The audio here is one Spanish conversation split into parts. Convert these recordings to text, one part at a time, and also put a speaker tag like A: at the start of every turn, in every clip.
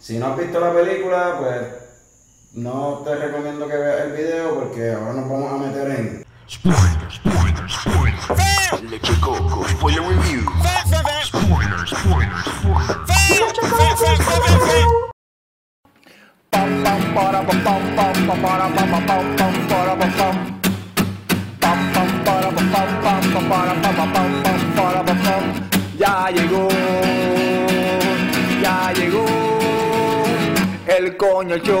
A: Si no has visto la película, pues no te recomiendo que veas el video porque ahora nos vamos a meter en...
B: Spoiler, spoiler, spoiler. Leche Coco, spoiler review. Spoiler, spoiler, spoiler.
C: Ya llegó, ya llegó el coño show,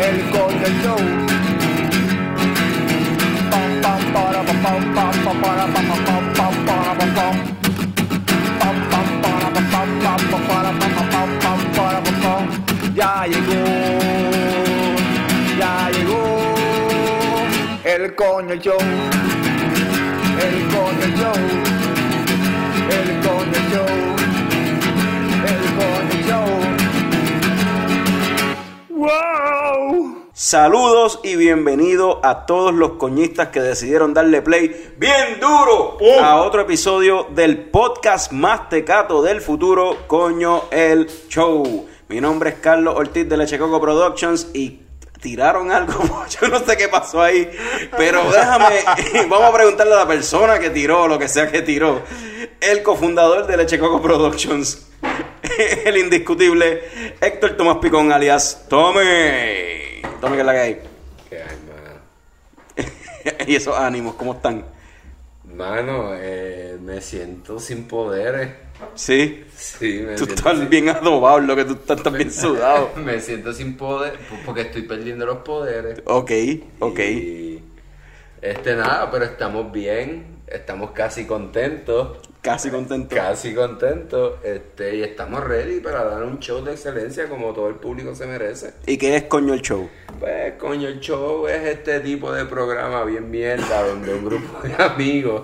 C: el coño show. Pam, pam, para, pam, pam, pam, pam, para, pam, pam, pam, pam, para, pam, pam. Pam, pam, para, pam, pam, pam, pam, para, pam, pam, pam, pam, para, pam, pam. Ya llegó, ya llegó el coño show, el coño show. El Coño Show. El Coño Show. ¡Wow!
A: Saludos y bienvenido a todos los coñistas que decidieron darle play bien duro a otro episodio del podcast más tecato del futuro, Coño el Show. Mi nombre es Carlos Ortiz de Lechecoco Productions y tiraron algo, pues yo no sé qué pasó ahí, pero déjame, vamos a preguntarle a la persona que tiró, lo que sea que tiró, el cofundador de Lechecoco Productions, el indiscutible Héctor Tomás Picón alias Tome. Tome que es la que hay.
D: ¿Qué hay, mano?
A: y esos ánimos, ¿cómo están?
D: Mano, eh, me siento sin poderes.
A: Sí.
D: Sí, me
A: Tú
D: siento
A: estás
D: sin-
A: bien adobado, lo que tú estás, estás bien sudado.
D: Me siento sin poder pues, porque estoy perdiendo los poderes.
A: Ok, ok.
D: Y, este nada, pero estamos bien, estamos casi contentos,
A: Casi contento.
D: casi contentos, este y estamos ready para dar un show de excelencia como todo el público se merece.
A: ¿Y qué es coño el show?
D: Pues coño, el show es este tipo de programa bien mierda donde un grupo de amigos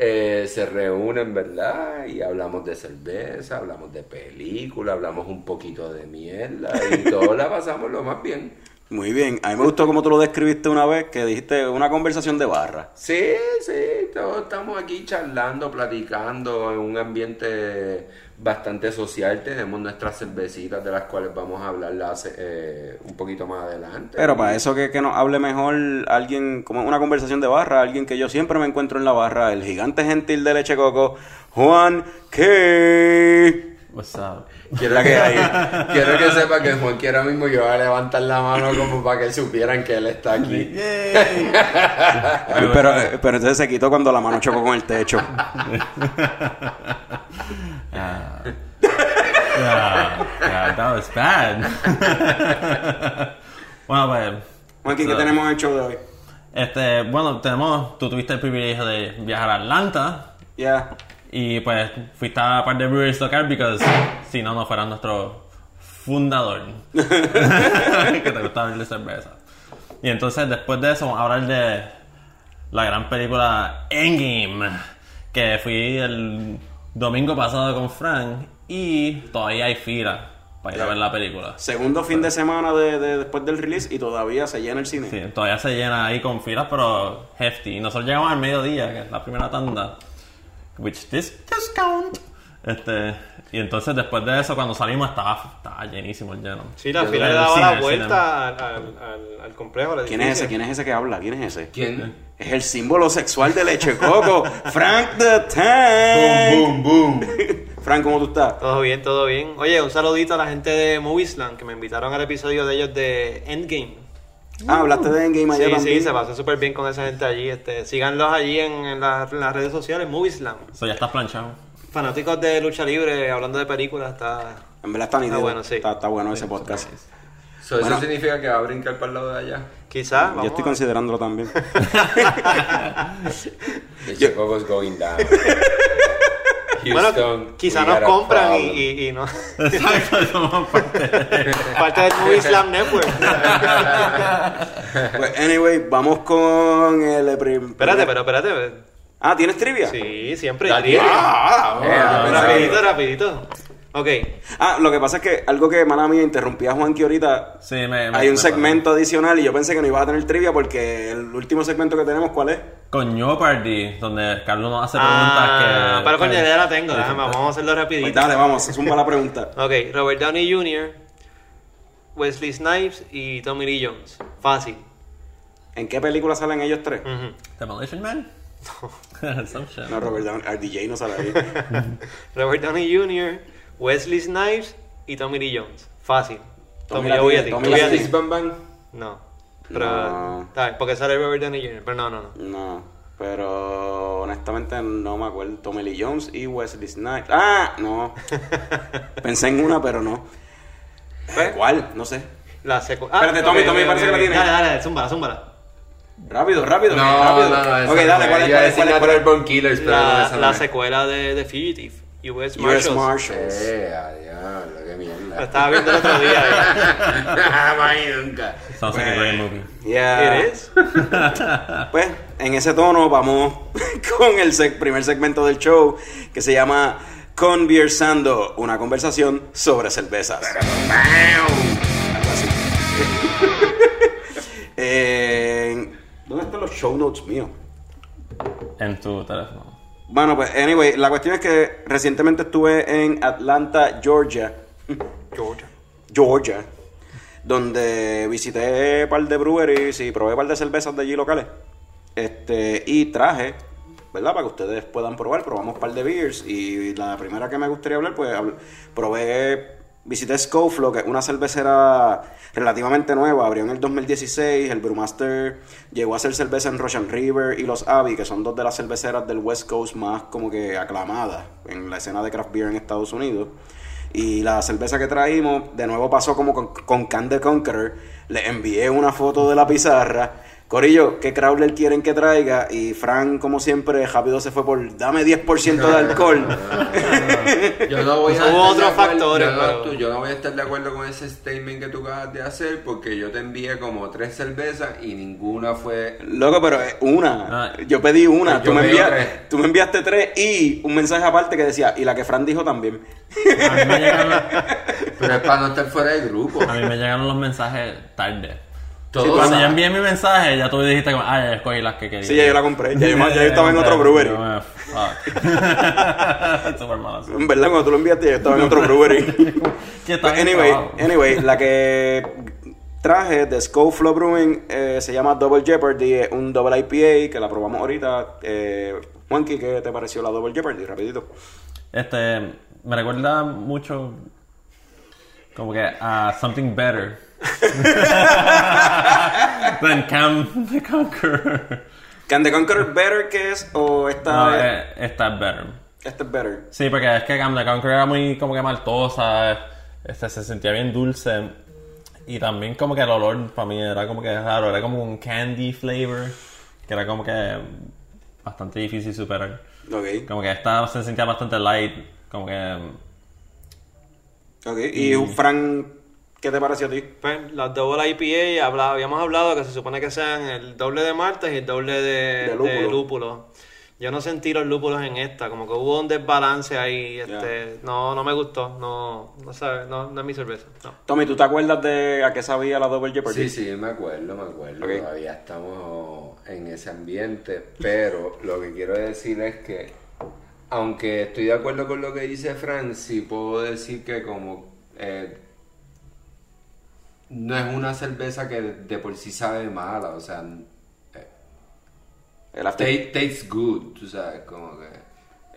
D: eh, se reúnen, ¿verdad? Y hablamos de cerveza, hablamos de película, hablamos un poquito de mierda y todos la pasamos lo más bien.
A: Muy bien, a mí me gustó como tú lo describiste una vez, que dijiste una conversación de barra.
D: Sí, sí, todos estamos aquí charlando, platicando en un ambiente bastante social. Tenemos nuestras cervecitas de las cuales vamos a hablar las, eh, un poquito más adelante.
A: Pero para eso que, que nos hable mejor alguien, como una conversación de barra, alguien que yo siempre me encuentro en la barra, el gigante gentil de leche coco, Juan K.
E: What's up?
D: Quiero que, quiero que sepa que Juan quiera mismo yo voy a levantar la mano como para que supieran que él está aquí.
A: Pero, pero entonces se quitó cuando la mano chocó con el techo.
E: Yeah, yeah, that was bad. bueno, pues,
A: Juanqui, ¿qué
E: So-
A: tenemos en el show de hoy?
E: eh, este, bueno, tenemos, tú tuviste el privilegio de viajar a Atlanta
A: Ya.
E: y pues fuiste a par de Brewers tocar because si no, no fueras nuestro fundador. que te gusta hablar de cerveza. Y entonces después de eso vamos a hablar de la gran película Endgame que fui el domingo pasado con Frank y todavía hay fila para ir a ver la película.
A: Segundo fin de semana de, de- después del release y todavía se llena el cine.
E: Sí, todavía se llena ahí con filas, pero hefty. Y nosotros llegamos al mediodía, que es la primera tanda. Which this discount. Este, y entonces después de eso, cuando salimos, estaba, estaba llenísimo el lleno.
F: Sí, la
E: Yo
F: fila le daba
E: creo que el
F: la
E: cine, el
F: vuelta al, al- al- al complejo. al
A: ¿Quién es ese?
F: edificio.
A: ¿Quién es ese que habla? ¿Quién es ese?
D: ¿Quién?
A: Es el símbolo sexual de leche coco, Frank the Tank.
D: Boom, boom, boom.
A: Frank, ¿cómo tú estás?
F: Todo bien, todo bien. Oye, un saludito a la gente de Moviesland que me invitaron al episodio de ellos de Endgame.
D: Uh.
A: Ah, hablaste de Endgame ayer
F: Sí,
A: también.
F: sí, se pasó súper bien con esa gente allí. Este, síganlos allí en, en la- en las redes sociales, Moviesland.
E: Eso ya está planchado.
F: Fanáticos de lucha libre, hablando de películas, está...
A: En verdad está nítido.
F: Ah, bueno, sí.
A: Está, está bueno ese podcast.
D: So, eso
A: Bueno.
D: significa que va a brincar para el lado de allá.
F: Quizás,
A: Yo estoy considerándolo también.
D: The Chicago's going down. Houston,
F: Bueno, quizás
D: we
F: nos
D: got a
F: compran y,
D: problem.
F: y- y no...
E: Exacto, somos parte de-
F: Parte del Moviesland Network.
A: pues, anyway, vamos con el prim-
F: espérate, pero espérate.
A: Ah, ¿tienes trivia?
F: Sí, siempre.
D: La
F: trivia.
D: tiene.
A: Ah, ah, ah,
D: Eh,
A: ah,
D: pensaba-
F: Rapidito, rapidito. Ok.
A: Ah, lo que pasa es que algo que, mala mía, interrumpía a Juanqui ahorita.
E: Sí, me, me-
A: Hay un
E: me-
A: segmento adicional y yo pensé que no ibas a tener trivia porque el último segmento que tenemos, ¿cuál es?
E: Con Jeopardy, donde Carlos nos hace preguntas
F: Ah,
E: que.
F: pero coño, ya la tengo.
E: que-
F: déjame, vamos a hacerlo
A: Pues
F: rapidito.
A: dale, vamos, es una mala pregunta.
F: Ok, Robert Downey Jr., Wesley Snipes y Tommy Lee Jones. Fácil.
A: ¿En qué película salen ellos tres?
D: Mm.
F: Ujú.
E: Demolition Man? Some shit.
A: No, Robert Downey, al DJ no sale ahí.
F: Robert Downey Jr., Wesley Snipes y Tommy Lee Jones. Fácil.
A: Tommy
F: Tommy,
A: la
F: yo voy
A: tiene,
F: a ti.
A: Tommy
F: yo voy
A: la
F: a ti.
A: tiene.
D: Bam Bam.
F: No. Pero,
A: No.
F: ¿sabes? Porque sale Robert Downey Jr., pero no, no, no.
A: No, pero honestamente no me acuerdo. Tommy Lee Jones y Wesley Snipes. Ah, no. Pensé en una, pero no.
F: ¿Ves?
A: ¿Cuál? No sé.
F: La secu... ah,
A: Espérate, Tommy, Tommy, parece que la tiene.
F: Dale, dale, zúmbala, zúmbala.
A: Rápido, rápido.
D: No,
A: rápido.
D: no, no. esa
A: ok, dale,
D: no,
A: ¿cuál es? ¿Cuál es?
D: Iba a decir
A: ¿Cuál es?
D: Natural Born Killers, pero no,
F: La,
D: esa
F: la
D: no es.
F: secuela de, de Fugitive, US Marshals.
A: US Marshals.
D: Eh, adiós, qué
F: La
D: mierda.
F: estaba viendo el otro día. eh.
D: Más nunca.
E: Sounds like a great movie.
A: Yeah.
F: It is.
A: Pues, en ese tono vamos con el seg- primer segmento del show que se llama Conversando, una conversación sobre cervezas. Algo así. Eh, ¿Dónde están los show notes míos?
E: En tu teléfono.
A: Bueno, pues, anyway, la cuestión es que recientemente estuve en Atlanta, Georgia.
F: Georgia.
A: Georgia. Donde visité un par de breweries y probé un par de cervezas de allí locales. Este, y traje, ¿verdad? Para que ustedes puedan probar. Probamos un par de beers. Y la primera que me gustaría hablar, pues habl- probé, visité Scowflow, que es una cervecera relativamente nueva. Abrió en el 2016. El Brewmaster llegó a hacer cerveza en Russian River y Los Abbey, que son dos de las cerveceras del West Coast más como que aclamadas en la escena de craft beer en Estados Unidos. Y la cerveza que traímos, de nuevo pasó como con, con Can the Conqueror. Le envié una foto de la pizarra. Corillo, ¿qué Crowler quieren que traiga? Y Fran, como siempre, rápido se fue por dame 10% de alcohol.
D: Yo no voy a
F: Pues Hubo
D: estar de
F: otros
D: acuerdo-
F: factores,
D: yo no,
F: pero-
D: tú- yo no voy a estar de acuerdo con ese statement que tú acabas de hacer porque yo te envié como tres cervezas y ninguna fue.
A: Loco, pero es una.
E: Ah.
A: Yo pedí una.
D: Yo
A: Tú me,
D: pedí
A: envía-
D: tres.
A: tú me enviaste tres y un mensaje aparte que decía, y la que Fran dijo también.
E: A mí me llegaron,
D: Pero es para no estar fuera del grupo.
E: a mí me llegaron los mensajes tarde.
D: Todos
E: Cuando
D: saben.
E: yo envié mi mensaje, ya tú dijiste como, ah, ya escogí las que quería.
A: Sí, ya yo la compré. Ya yo, ya yo estaba en otro brewery.
E: Yo me- fuck. eh, Súper mala suerte.
A: En verdad, cuando tú lo enviaste, ya yo estaba en otro brewery.
E: Que está
A: Pues,
E: bien
A: anyway,
E: trabado.
A: anyway, la que traje de Scowflow Brewing eh, se llama Double Jeopardy, es un double IPA que la probamos ahorita. Eh, Juanqui, ¿qué te pareció la Double Jeopardy? Rapidito.
E: Este, me recuerda mucho como que a Something Better than Cam the Conqueror.
A: ¿Can the Conqueror better que es o esta
E: No,
A: es,
E: eh, está better.
A: esta es better?
E: Sí, porque es que Cam the Conqueror era muy como que maltosa, este, se sentía bien dulce y también como que el olor para mí era como que raro, era como un candy flavor que era como que bastante difícil superar.
A: Ok.
E: Como que esta se sentía bastante light, como que
A: okay. Y Fran, ¿qué te pareció a ti?
F: Pues, las double IPA, habla- habíamos hablado que se supone que sean el doble de martes y el doble de,
A: De
F: de
A: lúpulo.
F: lúpulo. Yo no sentí los lúpulos en esta, como que hubo un desbalance ahí. Este, No, no me gustó, no, no sabe, no, no es mi cerveza. no.
A: Tommy, ¿tú te acuerdas de a qué sabía la Double Jeopardy?
D: Pues Sí, sí, me acuerdo, me acuerdo.
A: Ok.
D: Todavía estamos en ese ambiente, pero lo que quiero decir es que, aunque estoy de acuerdo con lo que dice Fran, sí puedo decir que como eh, no es una cerveza que de por sí sabe mala, o sea, eh,
A: El after-
D: ta- tastes good, tú sabes, como que...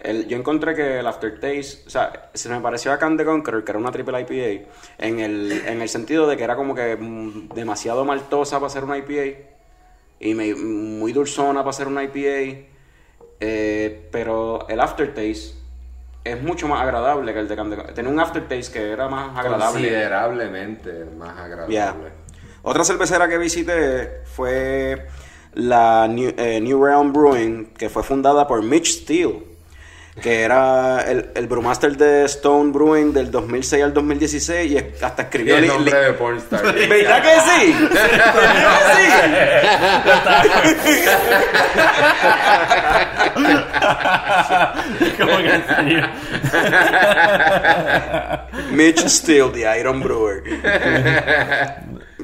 A: El- yo encontré que el aftertaste, o sea, se me pareció a Can the Conqueror, que era una triple IPA, en el, en el sentido de que era como que mm, demasiado maltosa para ser una IPA y me- muy dulzona para ser una IPA, eh, pero el aftertaste es mucho más agradable que el de Can the Conqueror. Tenía un aftertaste que era más agradable.
D: Considerablemente más agradable.
A: Ya. Otra cervecera que visité fue la New, eh, New Realm Brewing, que fue fundada por Mitch Steele. que era el, el brewmaster de Stone Brewing del 2006 al 2016 y es- hasta
D: Y
A: escribió...
D: el
A: li-
D: nombre
A: li-
D: de pornstar.
A: ¿Verdad que sí? ¿Verdad que sí?
E: Como que en serio.
A: Mitch Steele, The Iron Brewer.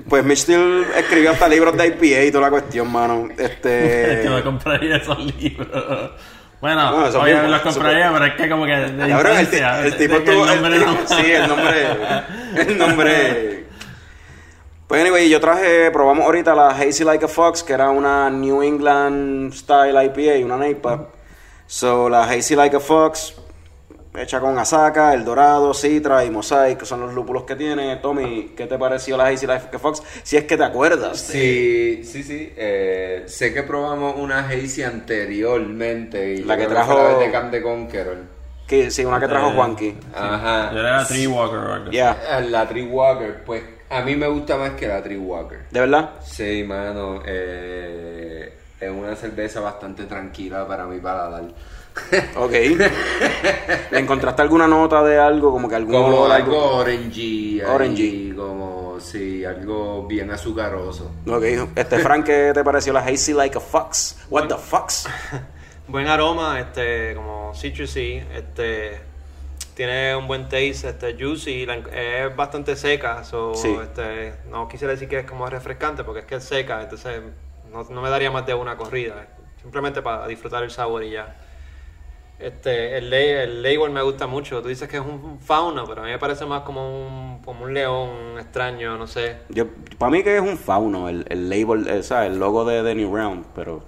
A: Pues Mitch Steele escribió hasta libros de IPA y toda la cuestión, mano.
E: Es que no
A: Este.
E: compraría esos libros. Bueno,
A: No, eso
E: oye,
A: mismo,
E: los compraría,
A: eso-
E: pero es que como que de
A: Cabrón, el, ti-
E: intensidad,
A: el
E: de-
A: tipo
E: de que el
A: tuvo. el
E: nombre
A: tipo-
E: no-
A: sí, el nombre. El nombre. Pues anyway, yo traje, probamos ahorita la Hazy Like a Fox, que era una New England Style IPA, una NEIPA. So, la Hazy Like a Fox, hecha con Asaka, El Dorado, Citra y Mosaic, que son los lúpulos que tiene. Tommy, ¿qué te pareció la Hazy Like a Fox? Si es que te acuerdas. de-
D: Sí, sí, sí. eh, sé que probamos una Hazy anteriormente. Y
A: La
D: yo
A: que
D: creo fue
A: trajo-
D: la vez de Camp de Conqueror.
A: Que, sí, una que trajo
E: Eh.
A: Juanqui.
D: Ajá.
E: Yo era Tree Walker o algo.
A: Ya,
D: Eh, La Tree Walker, pues a mí me gusta más que la Tree Walker.
A: ¿de verdad?
D: Sí, mano. eh, es una cerveza bastante tranquila para mi paladar.
A: Ok. ¿Le encontraste alguna nota de algo? Como que algún
D: Como
A: olor,
D: algo orangey. ahí,
A: Orangey.
D: Como, sí, algo bien azucaroso.
A: Ok, este Frank, ¿qué te pareció la Hazy Like a Fox? What the fox?
F: Buen aroma, este, como citrusy, este, tiene un buen taste, este, juicy, la en- es bastante seca, so,
A: Sí.
F: este, no quisiera decir que es como refrescante porque es que es seca, entonces no, no me daría más de una corrida, eh, simplemente para disfrutar el sabor y ya. Este, el, la- el label me gusta mucho, tú dices que es un fauna, pero a mí me parece más como un, como un león extraño, no sé.
A: Yo, para mí que es un fauno, el, el label, eh, ¿sabes? El logo de, de New Round, pero...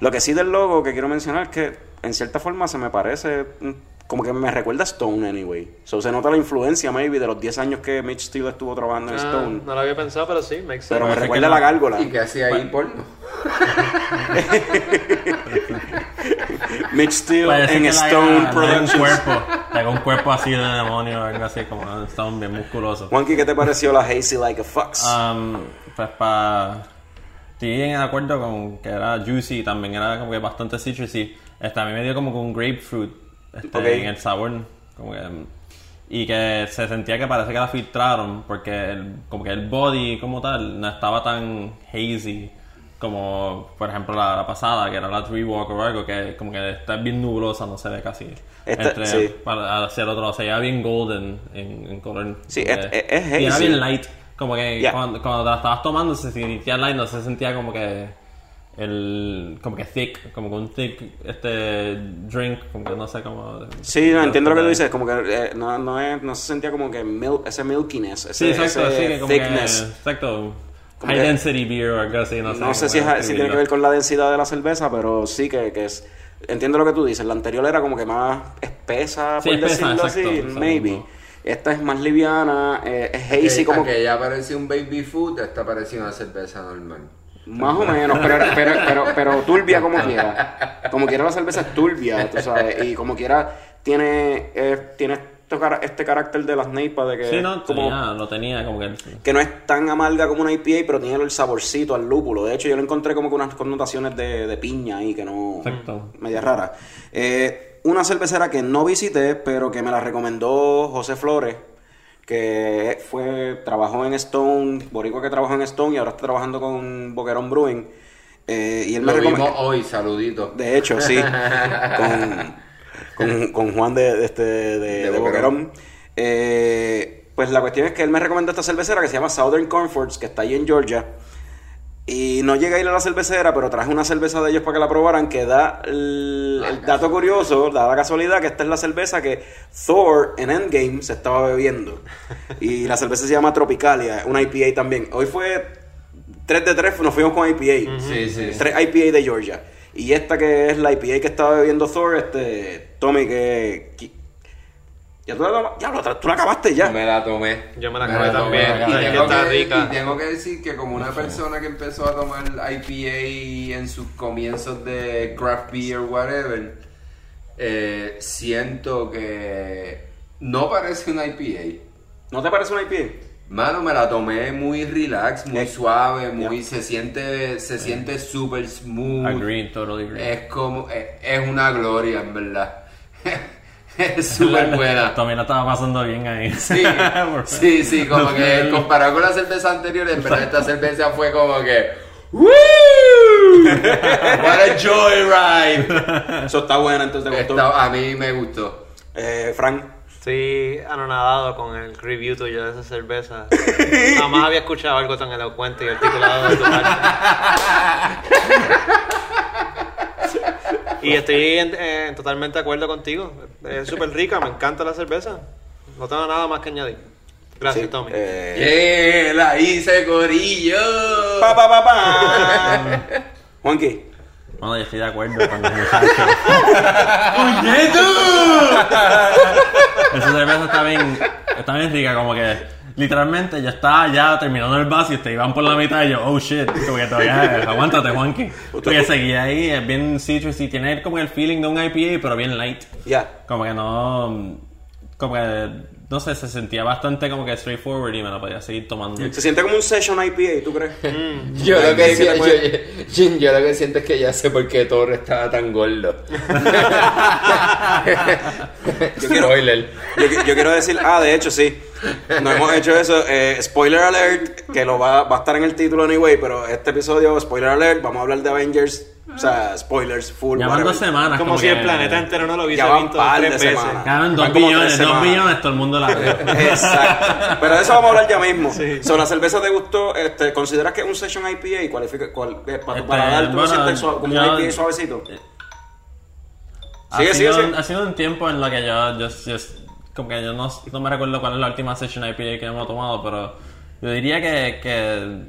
A: Lo que sí del logo que quiero mencionar es que en cierta forma se me parece... mm, Como que me recuerda a Stone, anyway. So, se nota la influencia, maybe, de los 10 años que Mitch Steele estuvo trabajando en
F: Ah,
A: Stone.
F: no lo había pensado, pero sí, makes
A: Pero me
F: sense.
E: que
A: recuerda a
E: no.
A: la gárgola.
D: ¿Y qué hacía ahí porno?
A: Mitch Steele
E: Parece
A: en
E: que la-
A: Stone
E: la- Un
A: Productions.
E: cuerpo, tengo un cuerpo así de demonio, algo así, como Stone bien musculoso.
A: Juanqui, ¿qué te pareció la Hazy Like a Fox?
E: Um, pues para. Estoy en acuerdo con que era juicy, también era como que bastante citrusy. Este, a mí me dio como que un grapefruit este,
A: Ok.
E: en el sabor. Como que, mm, y que se sentía que parece que la filtraron, porque el- como que el body como tal no estaba tan hazy como, por ejemplo, la, la pasada, que era la Tree Walker o algo, que como que está bien nublosa, no se ve casi.
A: Esta-
E: entre,
A: sí.
E: para hacia el otro, se veía bien golden en, en color.
A: Sí,
E: Como
A: es-
E: que-
A: es- es
E: y era
A: hazy.
E: bien light. Como que
A: Yeah.
E: cuando, cuando te la estabas tomando se sentía light, no se sentía como que el como que thick, como que un thick este drink, como que no sé cómo
A: Sí, no, entiendo lo que tú dices, como que eh, no, no, es- no se sentía como que mil- ese milkiness, ese,
E: Sí, exacto,
A: ese
E: sí, que como
A: thickness.
E: que exacto.
A: Como
E: High
A: que-
E: density beer o algo así, no sé.
A: no sé si, es- si tiene que ver con la densidad de la cerveza, pero sí que, que es... Entiendo lo que tú dices, la anterior era como que más espesa,
E: Sí,
A: por
E: espesa,
A: decirlo así,
E: exacto, exacto.
A: maybe. Esta es más liviana, eh, es hazy
D: Aquella
A: como que...
D: Aquella parecía un baby food, esta parecía una cerveza normal.
A: Más o menos, pero, pero, pero, pero turbia como quiera. Como quiera la cerveza es turbia, tú sabes. Y como quiera tiene, eh, tiene esto cara- este carácter de las neipas de que,
E: Sí,
A: es
E: no,
A: como-
E: tenía, lo tenía como que
A: que no es tan amarga como una IPA, pero tiene el saborcito al lúpulo. De hecho, yo lo encontré como que unas connotaciones de, de piña ahí que no...
E: Exacto.
A: Media rara. Eh, una cervecera que no visité, pero que me la recomendó José Flores, que fue, trabajó en Stone, boricua que trabajó en Stone y ahora está trabajando con Boquerón Brewing. Eh, y él me
D: Lo vimos
A: recomendó...
D: hoy, saluditos.
A: De hecho, sí. con, con- con Juan de, de este, de, de
D: Boquerón.
A: Boquerón. Eh, pues la cuestión es que él me recomendó esta cervecera que se llama Southern Comforts, que está ahí en Georgia. Y no llegué a ir a la cervecera, pero traje una cerveza de ellos para que la probaran, que da el, el dato curioso, da la casualidad que esta es la cerveza que Thor en Endgame se estaba bebiendo. Y la cerveza se llama Tropicalia, una IPA también. Hoy fue 3 de 3, nos fuimos con IPA.
D: Sí, sí. sí.
A: Tres IPA de Georgia. Y esta que es la IPA que estaba bebiendo Thor, este, Tommy, que... que- ya tú la, toma- ya, lo- tú la acabaste ya.
D: Me la tomé.
F: Yo me la
D: Me
F: acabé también,
E: la
D: Y
E: acabé.
F: es que
D: tengo
F: está
D: que-
F: rica.
D: y tengo que decir que como una persona que empezó a tomar IPA en sus comienzos de craft beer, whatever, eh, siento que no parece una IPA.
A: ¿No te parece una IPA?
D: Mano, me la tomé muy relax, muy
A: Eh,
D: suave, muy se siente se siente super smooth. Eh, e,
E: Agreed, totally agree.
D: Es como es, es una gloria en verdad. es súper buena.
E: También la estaba pasando bien ahí.
D: Sí,
E: Por-
D: sí, sí, como
E: no
D: que
E: fue-
D: comparado con la cerveza anterior, en verdad esta cerveza fue como que. ¡Woo! What a joyride.
A: Eso está bueno, entonces te gustó.
D: Esta- a mí me gustó.
A: Eh, Frank.
F: Estoy anonadado con el review tuyo de esa cerveza. Jamás había escuchado algo tan elocuente y articulado de tu parte. Y estoy en- en totalmente de acuerdo contigo. Es súper rica, me encanta la cerveza. No tengo nada más que añadir. Gracias,
A: Sí,
F: Tommy.
A: eh,
D: Yeah, la hice corillo.
A: pa, pa, pa, pa. Juanqui.
E: Bueno, yo estoy de acuerdo con el muchacho. Esa cerveza está bien, está bien rica, como que literalmente ya está ya terminando el vaso y te iban por la mitad y yo, oh shit, como que todavía, aguántate, Juanqui. Porque seguía ahí, es bien citrusy, tiene como el feeling de un IPA, pero bien light.
A: Ya.
E: Como que no, como que, no sé, se sentía bastante como que straightforward y me la podía seguir tomando.
A: Se siente como un session IPA, ¿tú crees?
D: Yo lo, que,
A: Sí,
D: yo,
A: la
D: yo- Jin, yo lo que siento es que ya sé por qué Torres estaba tan gordo.
A: quiero-
D: Spoiler.
A: Yo, qui- yo quiero decir, ah, de hecho sí. No hemos hecho eso. Eh, spoiler alert, que lo va, va a estar en el título anyway, pero este episodio, spoiler alert, vamos a hablar de Avengers. O sea, spoilers, full.
E: Ya van dos
A: whatever.
E: semanas.
F: Como si
E: que-
F: el planeta entero no lo hubiese
A: Ya van
F: visto
A: par de
F: tres veces.
A: semanas.
E: Cabrón, dos
A: Van como
E: billones,
A: tres
E: dos
A: semanas.
E: billones, todo el mundo la ve.
A: Exacto. Pero de eso vamos a hablar ya mismo.
F: Sí.
A: Sobre la cerveza te gustó, este, ¿consideras que es un session IPA y cualifica cual, eh, para,
E: Este,
A: para dar
E: bueno,
A: como
E: yo- eh,
A: un IPA suavecito?
E: Ha,
A: Sigue, sigue,
E: sido,
A: sigue.
E: ha sido un tiempo en lo que yo, yo, yo- como que yo no, no me recuerdo cuál es la última session IPA que hemos tomado, pero yo diría que, que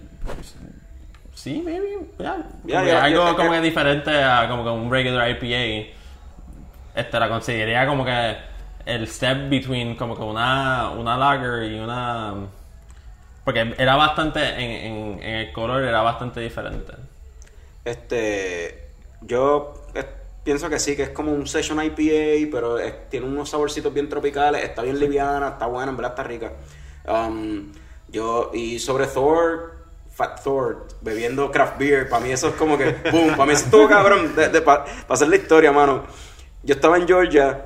E: sí, maybe, ya. Como
A: Ya,
E: que
A: ya,
E: algo
A: ya, ya.
E: como que diferente a como que un regular IPA. Este, la consideraría como que el step between como que una, una lager y una... Porque era bastante, en, en, en el color era bastante diferente.
A: Este, yo eh, pienso que sí, que es como un session IPA, pero es- tiene unos saborcitos bien tropicales, está bien liviana, está buena, en verdad está rica. Um, yo, y sobre Thor, Fat Thor, bebiendo craft beer, para mí eso es como que, boom, para mí eso estuvo cabrón, para hacer la historia, mano. Yo estaba en Georgia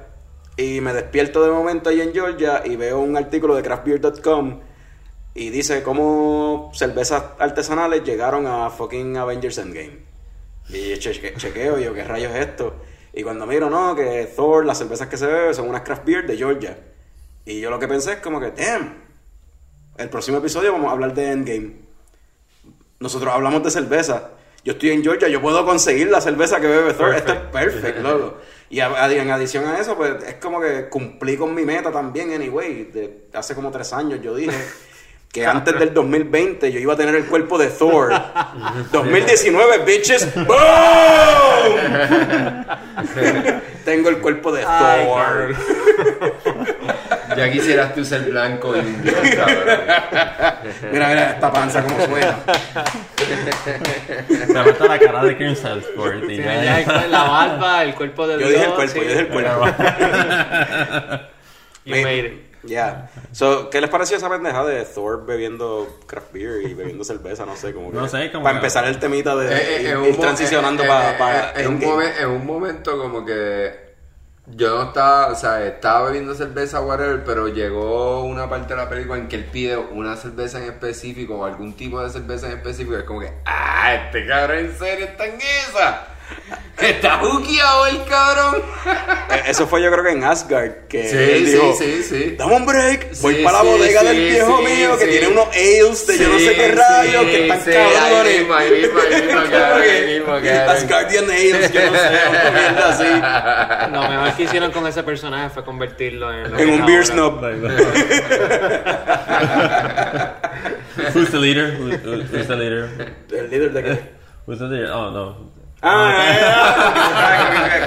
A: y me despierto de momento ahí en Georgia y veo un artículo de craftbeer.com y dice cómo cervezas artesanales llegaron a fucking Avengers Endgame. Y yo cheque- chequeo, yo, ¿qué rayos es esto? Y cuando miro, no, que Thor, las cervezas que se beben son unas craft beer de Georgia. Y yo lo que pensé es como que, damn, el próximo episodio vamos a hablar de Endgame. Nosotros hablamos de cerveza. Yo estoy en Georgia, yo puedo conseguir la cerveza que bebe Thor. Esto es perfecto, loco. Y a- a- en adición a eso, pues es como que cumplí con mi meta también, anyway. De- hace como tres años yo dije que antes del 2020 yo iba a tener el cuerpo de Thor. 2019, bitches, ¡boom! Tengo el cuerpo de
F: Ay,
A: Thor.
D: Ya quisieras tú ser blanco y un dios, cabrón.
A: Mira, mira esta panza como suena.
E: Se falta la cara de Chris Hemsworth y
F: Sí,
E: ya-
F: ya el- la barba, el cuerpo de
A: Yo
F: Dios,
A: dije el cuerpo,
F: sí.
A: yo dije el cuerpo.
F: You made it.
A: Ya. So, ¿Qué les pareció esa pendeja de Thor bebiendo craft beer y bebiendo cerveza? No sé, como que.
E: No sé, como
A: Para
E: que-
A: empezar el temita de
D: Eh, eh,
A: ir,
D: en un
A: ir
D: mo-
A: transicionando
D: eh, eh,
A: para.
D: eh, eh, en, un momen- en un momento como que yo no estaba, o sea, estaba bebiendo cerveza whatever, pero llegó una parte de la película en que él pide una cerveza en específico o algún tipo de cerveza en específico, y es como que, ah, este cabrón en serio está en esa. Está buqueado el cabrón.
A: Eso fue yo creo que en Asgard. Que
D: Sí,
A: Eh, él
D: sí,
A: dijo,
D: sí, sí.
A: Dame un break. Voy
D: Sí,
A: para la
D: sí,
A: bodega
D: sí,
A: del viejo
D: sí,
A: mío que
D: sí.
A: tiene unos ales de este, yo no sé qué
D: Sí,
A: rayos
D: sí,
A: que están
D: sí,
A: cabrones.
D: Ahí mismo, ahí mismo, ahí mismo, cabrón, ahí mismo, cabrón.
A: Asgardian ales, yo no sé, una mierda así.
F: Lo mejor que hicieron con ese personaje fue convertirlo en, lo que
A: En
F: es
A: un beer
F: ahora.
A: snob.
E: Who's the leader? Who- who- Who's the leader?
A: El líder de qué.
E: Who's the leader? Oh, no.
A: eh. Ah, eh, eh,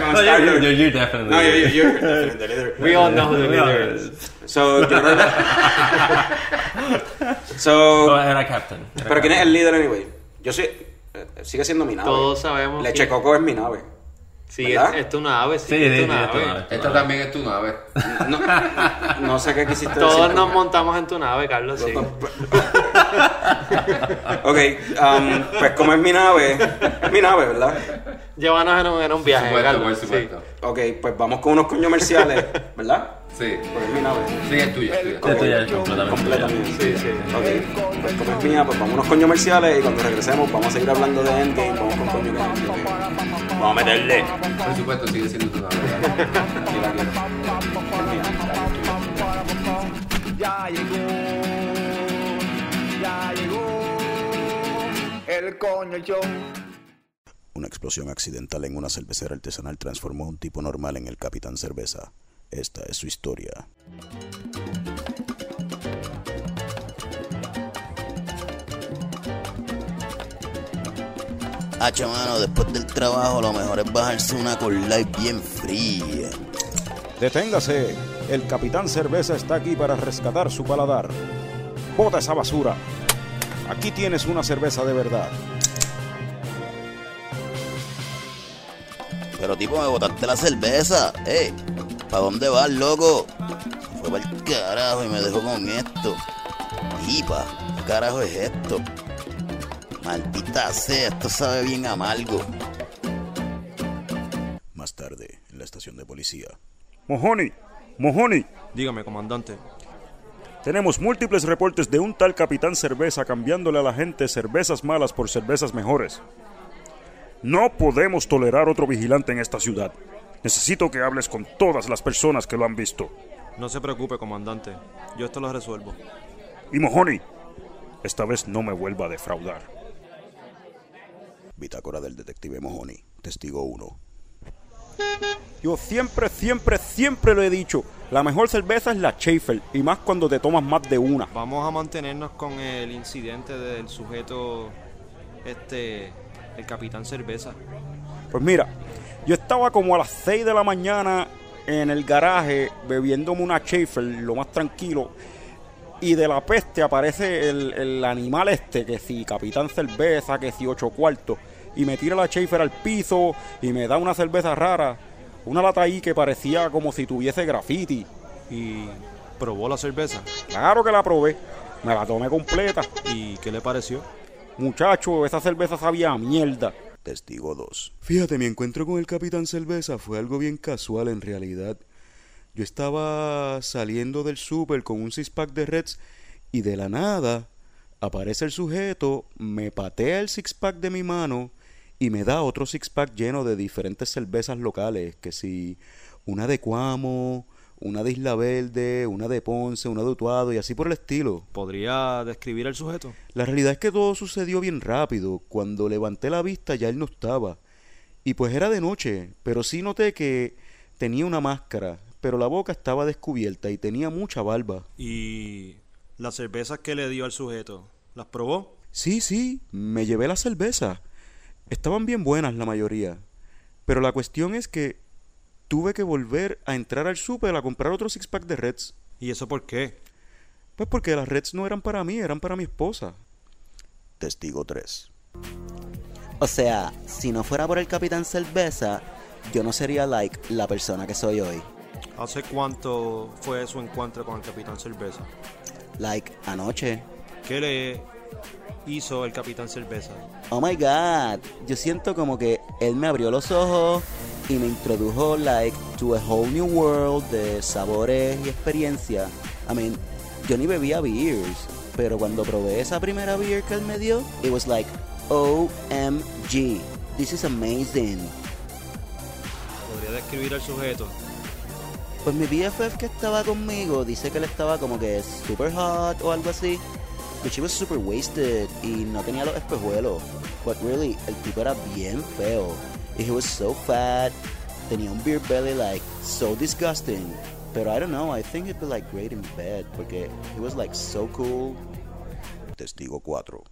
A: con
E: No, you're,
A: Star-Lord.
E: you're- you're definitely
A: No,
E: the
A: you're,
E: leader.
A: you're definitely the leader.
F: We all know who the
E: No,
F: leader is.
E: it's-
A: So, yo creo que-
E: oh,
A: So,
E: era captain. Era
A: pero ¿quién es
E: captain.
A: el líder anyway? Yo soy... eh, Sigue siendo mi nave.
F: Todos sabemos
A: Leche
F: quién-
A: Coco es mi nave.
G: Sí,
H: ¿Verdad?
G: es- esto es una ave, sí.
E: Sí,
G: esto
E: sí,
G: es
E: sí,
G: una
E: esto es
G: ave.
E: una ave.
D: Esta también es tu nave.
H: No, no sé qué quisiste
G: Todos
H: decir.
G: nos montamos en tu nave, Carlos, sí.
H: Ok, um, pues como es mi nave, es mi nave, ¿verdad?
G: Llévanos en un, en un viaje,
D: Por supuesto, por
G: Carlos.
D: supuesto.
H: Ok, pues vamos con unos comerciales, ¿verdad?
D: Sí.
H: Porque es mi nave.
D: Sí, es tuya, es tuya.
E: Esto ya es completamente tuyo.
H: Completamente.
G: Sí, sí. sí.
H: Ok, pues como es mía, pues vamos a unos coños comerciales y cuando regresemos vamos a seguir hablando de Endgame, vamos con coño que es Endgame. Vamos a meterle.
D: Por supuesto, sigue siendo tu nave. Aquí la quiero.
C: Ya llegó, ya llegó el coño show.
I: Una explosión accidental en una cervecera artesanal transformó a un tipo normal en el Capitán Cerveza. Esta es su historia.
J: Hacho, mano, después del trabajo lo mejor es bajarse una con light bien fría.
I: Deténgase. El Capitán Cerveza está aquí para rescatar su paladar. Bota esa basura. Aquí tienes una cerveza de verdad.
J: Pero tipo, me botaste la cerveza. ¡Eh! ¿Para dónde vas, loco? Se Fue para el carajo y me dejó con esto. Pipa, ¿qué carajo es esto? Maldita sea, esto sabe bien amargo.
I: Más tarde, en la estación de policía.
K: Mojoni, Mojoni,
L: Dígame, comandante.
K: tenemos múltiples reportes de un tal capitán cerveza cambiándole a la gente cervezas malas por cervezas mejores. No podemos tolerar otro vigilante en esta ciudad. Necesito que hables con todas las personas que lo han visto.
L: No se preocupe, comandante. Yo esto lo resuelvo.
K: Y Mojoni, esta vez no me vuelva a defraudar.
I: Bitácora del detective Mojoni, testigo 1.
K: Yo siempre, siempre, siempre lo he dicho. La mejor cerveza es la Schaefer, y más cuando te tomas más de una.
L: Vamos a mantenernos con el incidente del sujeto, este, el capitán cerveza.
K: Pues mira, yo estaba como a las 6 de la mañana en el garaje bebiéndome una Schaefer, lo más tranquilo. Y de la peste aparece el, el animal este, que si capitán cerveza, que si ocho cuartos. Y me tira la Schaefer al piso y me da una cerveza rara. Una lata ahí que parecía como si tuviese graffiti.
L: Y probó la cerveza.
K: Claro que la probé. Me la tomé completa.
L: ¿Y qué le pareció?
K: Muchacho, esa cerveza sabía a mierda.
I: Testigo 2.
A: Fíjate, mi encuentro con el Capitán Cerveza fue algo bien casual en realidad. Yo estaba saliendo del súper con un six-pack de Reds y de la nada aparece el sujeto, me patea el six-pack de mi mano y me da otro six-pack lleno de diferentes cervezas locales, que si una de Cuamo, una de Isla Verde, una de Ponce, una de Utuado y así por el estilo.
L: ¿Podría describir al sujeto?
A: La realidad es que todo sucedió bien rápido. Cuando levanté la vista ya él no estaba. Y pues era de noche, pero sí noté que tenía una máscara, pero la boca estaba descubierta y tenía mucha barba.
L: ¿Y las cervezas que le dio al sujeto? ¿Las probó?
A: Sí, sí, me llevé la cerveza. Estaban bien buenas la mayoría. Pero la cuestión es que tuve que volver a entrar al súper a comprar otro six-pack de Reds.
L: ¿Y eso por qué?
A: Pues porque las Reds no eran para mí, eran para mi esposa.
I: Testigo 3.
J: O sea, si no fuera por el Capitán Cerveza, yo no sería like la persona que soy hoy.
L: ¿Hace cuánto fue su encuentro con el capitán cerveza?
J: Like anoche.
L: ¿Qué le hizo el capitán cerveza?
J: Oh my god, yo siento como que él me abrió los ojos y me introdujo like to a whole new world de sabores y experiencia. I mean, yo ni bebía beers, pero cuando probé esa primera beer que él me dio, it was like OMG, this is amazing.
L: ¿Podría describir al sujeto?
J: Pues mi BFF que estaba conmigo dice que él estaba como que super hot o algo así. But she was super wasted y no tenía los espejuelos. But really, el tipo era bien feo. Y he was so fat. Tenía un beer belly like so disgusting. Pero I don't know, I think he'd be like great in bed porque he was like so cool.
I: Testigo 4.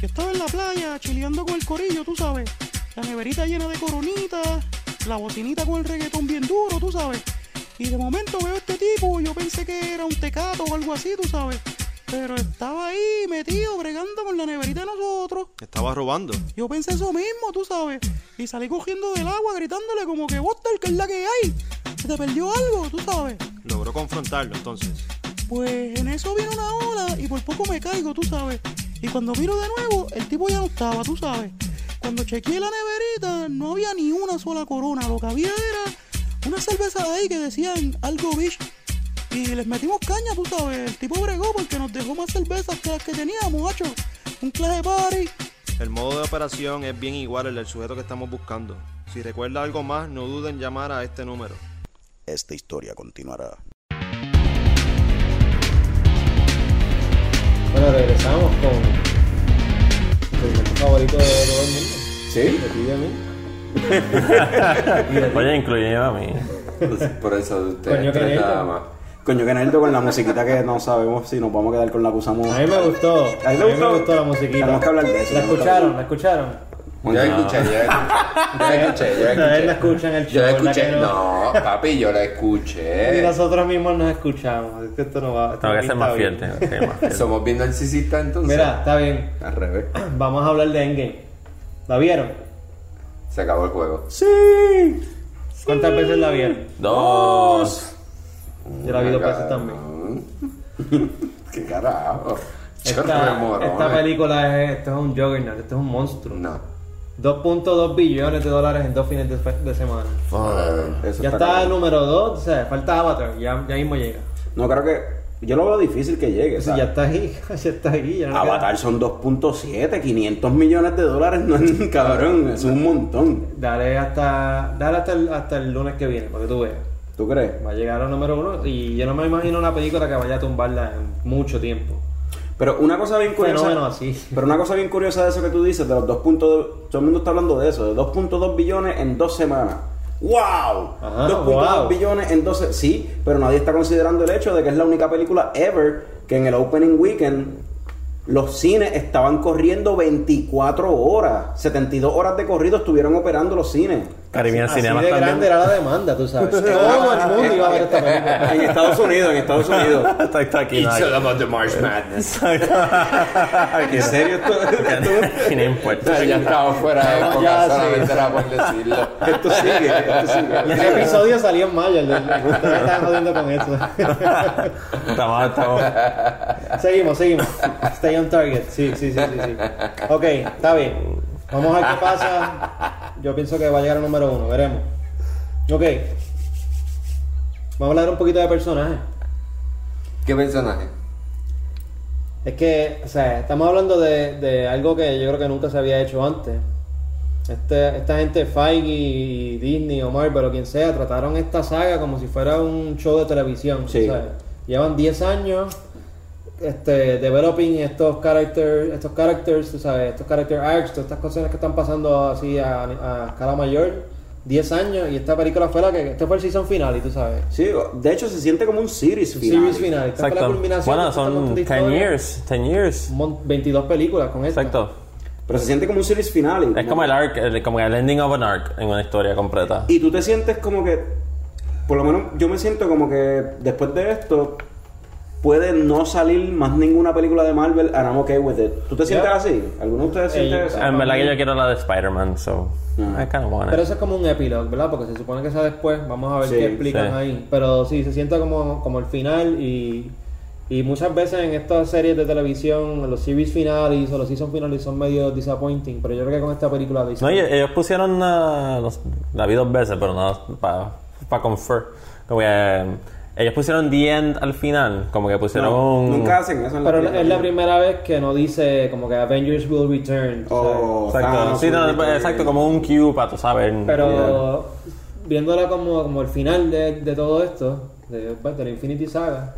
A: Yo estaba en la playa chileando con el corillo, tú sabes. La neverita llena de coronitas, la bocinita con el reggaetón bien duro, tú sabes. Y de momento veo a este tipo, yo pensé que era un tecato o algo así, tú sabes.
M: Pero estaba ahí metido bregando con la neverita de nosotros.
N: Estaba robando.
M: Yo pensé eso mismo, tú sabes. Y salí cogiendo del agua gritándole como que Buster, que es la que hay. Se te perdió algo, tú sabes.
N: Logró confrontarlo entonces.
M: Pues en eso viene una ola y por poco me caigo, tú sabes. Y cuando miro de nuevo, el tipo ya no estaba, tú sabes. Cuando chequeé la neverita, no había ni una sola corona. Lo que había era una cerveza de ahí que decían algo bicho. Y les metimos caña, tú sabes. El tipo bregó porque nos dejó más cervezas que las que teníamos, macho. Un clase party.
N: El modo de operación es bien igual al del sujeto que estamos buscando. Si recuerda algo más, no duden en llamar a este número.
J: Esta historia continuará.
L: Bueno, regresamos con, con el favorito de todo el mundo.
D: ¿Sí?
L: De ti y de mí.
E: Oye, incluyendo a mí.
D: Pues, por eso de ustedes
L: Coño, qué
D: tres nada
L: neta.
D: más.
A: Coño, que Neldo con la musiquita que no sabemos si nos vamos a quedar con la que usamos.
L: A mí me gustó.
A: ¿A ti te
L: A mí me
A: gustó?
L: gustó la musiquita.
A: Tenemos que hablar de eso,
L: ¿La
A: tenemos que
L: escucharon? ¿La escucharon?
D: Ya escuché, ya la escuché. Ya
L: No,
D: la
L: él la
D: escuché,
L: escucha en el
D: Yo
L: show,
D: la
L: la
D: escuché.
L: que no.
D: No, eh. papi, yo la
L: Y
D: escuché.
L: nosotros mismos nos escuchamos. Es que esto no va. esto
E: Tengo
L: no
E: que ser
L: pinta
E: más
L: bien.
E: fiel, tengo que ser más fiel.
D: Somos bien narcisistas entonces.
L: Mira, está bien.
D: Al revés.
L: Vamos a hablar de Endgame. ¿La vieron?
D: Se acabó el juego.
L: ¿Cuántas veces la vieron?
D: Dos.
L: Yo la he visto
D: Una
L: veces también.
D: ¿Qué carajo? Yo
L: Esta,
D: remoro,
L: esta
D: eh.
L: película es, esto es un juggernaut, esto es un monstruo.
D: No.
L: 2.2 billones de dólares en dos fines de, fe- de semana.
D: Eh, Eso
L: Ya está el número 2, o sea, falta Avatar, ya, ya mismo llega.
A: No creo que. Yo lo veo difícil que llegue.
L: O sea,
A: ¿sabes?
L: ya está ahí, ya está ahí. Ya no queda-
A: Avatar son 2.7, 500 millones de dólares, no es cabrón, es un montón.
L: Dale hasta, dale hasta, el, hasta el lunes que viene, para que tú veas.
A: ¿Tú crees?
L: Va a llegar al número 1 y yo no me imagino una película que vaya a tumbarla en mucho tiempo.
A: Pero una cosa bien curiosa.
L: Fenómeno así.
A: Pero una cosa bien curiosa de eso que tú dices, de los 2.2, todo el mundo está hablando de eso, de 2.2 billones en dos semanas. ¡Wow! 2.2
L: wow.
A: billones en dos se- Sí, pero nadie está considerando el hecho de que es la única película ever que en el opening weekend los cines estaban corriendo 24 horas. 72 horas de corrido estuvieron operando los cines.
E: Caribbean
L: Así
E: Cinema
L: de grande
E: también.
L: era la demanda, tú sabes. Todo el mundo iba a ver esta película.
A: En Estados Unidos, en Estados Unidos.
E: Está, está aquí, no
D: It's all
E: hay.
D: about the March Madness.
A: ¿En serio? Esto,
E: Aquí no importa.
D: ya estaba fuera de época,
L: Ya, sí.
D: solamente era por decirlo.
A: esto sigue, esto sigue.
L: El episodio salió en mayo. el del- Ustedes estaban jodiendo con eso.
E: Estamos, estamos.
L: seguimos, seguimos. Stay on target. Sí, sí, sí, sí, sí. Ok, está bien. Vamos a ver qué pasa. Yo pienso que va a llegar al número uno. Veremos. Ok. Vamos a hablar un poquito de personajes.
D: ¿Qué personaje?
L: Es que, o sea, estamos hablando de, de algo que yo creo que nunca se había hecho antes. Este, esta gente, Feige, Disney o Marvel o quien sea, trataron esta saga como si fuera un show de televisión.
A: Sí.
L: ¿sabes? Llevan 10 años este, developing estos characters, estos characters, tú sabes, estos character arcs, todas estas cosas que están pasando así a, a escala mayor. 10 años y esta película fue la que, este fue el season final y tú sabes.
A: Sí, de hecho se siente como un series
L: El
A: final.
L: series final, esta fue la
E: Exacto.
L: culminación. de
E: Bueno,
L: esta
E: son
L: montón de
E: 10
L: historia.
E: years. 10 years.
L: Mon- 22 películas con esta.
E: Exacto.
A: Pero se siente como un series final.
E: Es como el arc, el- como el ending of an arc en una historia completa.
A: Y tú te sientes como que, por lo menos yo me siento como que después de esto puede no salir más ninguna película de Marvel and I'm okay with it. ¿Tú te sientes
L: Yeah.
A: así? ¿Alguno de ustedes siente
L: Eh,
A: eso?
E: En verdad que yo quiero la de Spider-Man, so I kind of want
L: Mm. Pero
E: it.
L: eso es como un epilogue, ¿verdad? Porque se supone que sea después. Vamos a ver
A: Sí,
L: qué explican
E: sí.
L: ahí. Pero sí, se sienta como, como el final y, y muchas veces en estas series de televisión, los series finales o los season finales son medio disappointing. Pero yo creo que con esta película... lo
E: No,
L: hicieron.
E: y- ellos pusieron la, los- la vi dos veces, pero no para pa confer. Como que, eh, ellos pusieron the end al final, como que pusieron
A: No,
E: un...
A: Nunca hacen eso en la
L: Pero
A: película.
L: es la primera vez que no dice como que Avengers will return.
I: Oh,
L: ¿sabes?
A: O
E: Exacto,
A: Thanos,
E: sí, no,
A: Ultimate Warrior.
E: exacto, como un cue para tú saber.
L: Pero viéndola como, como el final de, de todo esto, de, pues, de la Infinity Saga,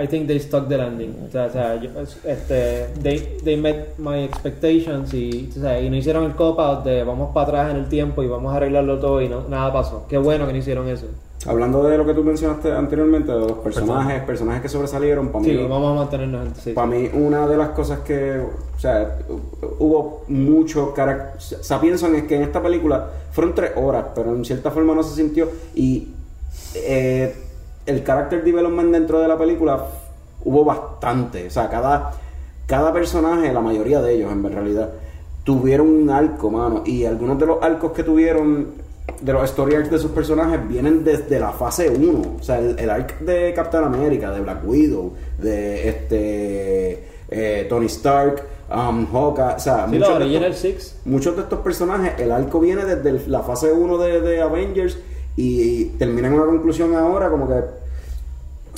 L: I think they stuck the landing. O sea, o sea, yo- este, they, they met my expectations y, o sea, y no hicieron el cop-out de vamos para atrás en el tiempo y vamos a arreglarlo todo y no, nada pasó. Qué bueno que no hicieron eso.
A: Hablando de lo que tú mencionaste anteriormente, de los personajes, personajes que sobresalieron, para
L: Sí,
A: mí
L: vamos a mantenernos en sí.
A: Para mí, una de las cosas que. O sea, hubo mucho. carac- O sea, pienso en que en esta película fueron tres horas, pero en cierta forma no se sintió. Y eh, el character development dentro de la película hubo bastante. O sea, cada, cada personaje, la mayoría de ellos en realidad, tuvieron un arco, mano. Y algunos de los arcos que tuvieron, de los story arcs de sus personajes, vienen desde la fase 1. O sea, el, el arc de Captain America, de Black Widow, de este eh, Tony Stark, um, Hawkeye. O sea,
L: Sí,
A: muchos
L: los
A: de
L: Original
A: estos-
L: Six.
A: muchos de estos personajes, el arco viene desde el- la fase 1 de, de Avengers y, termina en una conclusión ahora como que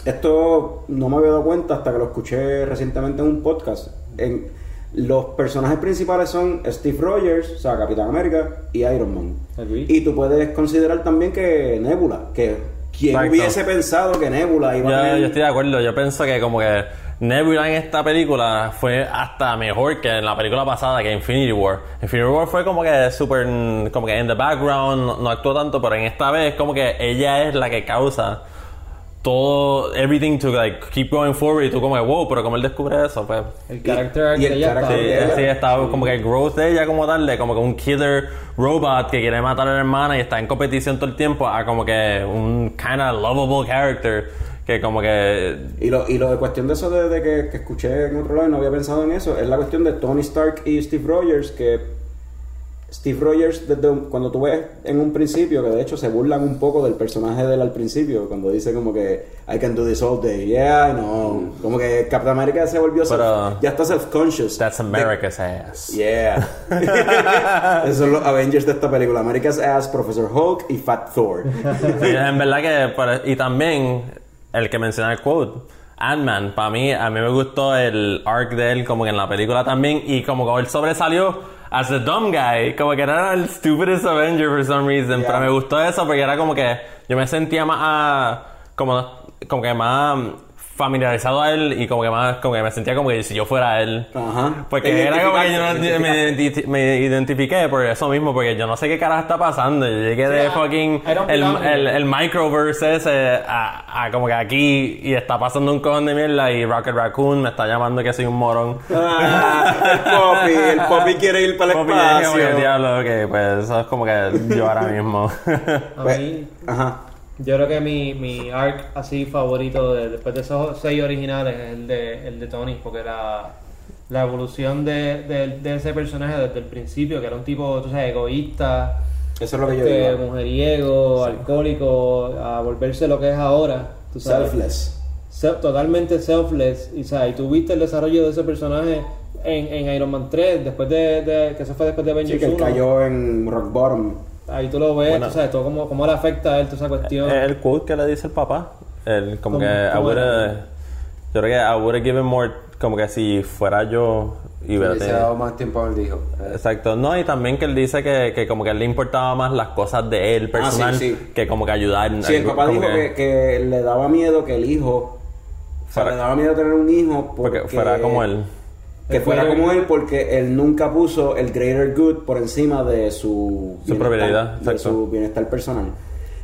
A: esto no me había dado cuenta hasta que lo escuché recientemente en un podcast. En, los personajes principales son Steve Rogers, o sea, Capitán América, y Iron Man. Y tú puedes considerar también que Nebula, que quien
E: Exacto.
A: hubiese pensado que Nebula iba a
E: Yo,
A: tener...
E: yo estoy de acuerdo, yo pienso que como que Nebula en esta película fue hasta mejor que en la película pasada, que Infinity War. Infinity War fue como que super, como que en the background, no, no actuó tanto, pero en esta vez como que ella es la que causa todo, everything to like keep going forward y tú como que wow, pero como él descubre eso, pues...
L: El carácter
E: Y
L: que
E: el
L: ella
E: carácter de
L: estaba-
E: ella. Sí, estaba como que el growth de ella como tal, de como que un killer robot que quiere matar a la hermana y está en competición todo el tiempo a como que un kind of lovable character que como que
A: Y lo, y lo de cuestión de eso de, de que, que escuché en otro lado y no había pensado en eso, es la cuestión de Tony Stark y Steve Rogers, que Steve Rogers, desde un- cuando tú ves en un principio, que de hecho se burlan un poco del personaje de él al principio, cuando dice como que I can do this all day, yeah, I know. Como que Captain America se volvió self-
E: Pero-
A: ya está self-conscious.
E: that's America's ass.
A: Yeah. Esos son los Avengers de esta película, America's Ass, Professor Hulk y Fat Thor.
E: Sí, en verdad que para- y también el que menciona el quote Ant-Man, para mí, a mí me gustó el arc de él como que en la película también y como que él sobresalió as the dumb guy, como que era el stupidest Avenger for some reason, pero me gustó eso porque era como que yo me sentía más ah, como, como que más mm, familiarizado a él y como que más como que me sentía como que si yo fuera él.
A: Ajá.
E: Porque era como que yo no-
A: Identificarse,
E: me, identi- me identifiqué por eso mismo, porque yo no sé qué carajo está pasando. Yo llegué de fucking
L: ah, era un
E: el,
L: plan.
E: el, el microverse ese a, a como que aquí y está pasando un cojón de mierda y Rocket Raccoon me está llamando que soy un morón.
A: Ah, el Poppy, el Poppy quiere ir para el
E: Como que yo dije,
A: espacio.
E: "Oye, diablo, ok, pues eso es como que yo ahora mismo.
L: A mí,
A: Ajá.
L: yo creo que mi, mi arc así favorito de- después de esos seis originales es el de, el de Tony, porque la, la evolución de, de- de ese personaje desde el principio, que era un tipo, tú sabes, egoísta,
A: Eso es lo que yo
L: este,
A: digo.
L: mujeriego, alcohólico, a volverse lo que es ahora, tú sabes.
A: Selfless.
L: Se- totalmente selfless. Y, o sea, y tú viste el desarrollo de ese personaje en, en Iron Man 3, después de, de- que eso fue después de
A: Sí,
L: Avengers
A: que él
L: 1.
A: cayó en Rock Bottom.
L: Ahí tú lo ves,
E: Bueno. Eh,
L: tú sabes, todo cómo, cómo le afecta a él toda esa cuestión.
E: el quote que le dice el papá, el como
L: ¿Cómo-
E: que I
L: cómo era?
E: would've- yo creo que I would have given more, como que si fuera yo y hubiera
D: Hubiese
E: tenido-
D: dado más tiempo al hijo.
E: Exacto, no, y también que él dice que, que como que le importaba más las cosas de él personal
A: Ah, sí, sí.
E: que como que ayudar.
A: Sí, el papá
E: como
A: dijo que, que le daba miedo que el hijo. o sea,
E: Fuera-
A: le daba miedo tener un hijo porque,
E: porque fuera como él.
A: Que fuera como él porque él nunca puso el greater good por encima de su,
E: Su probabilidad,
A: de
E: exacto.
A: su bienestar personal.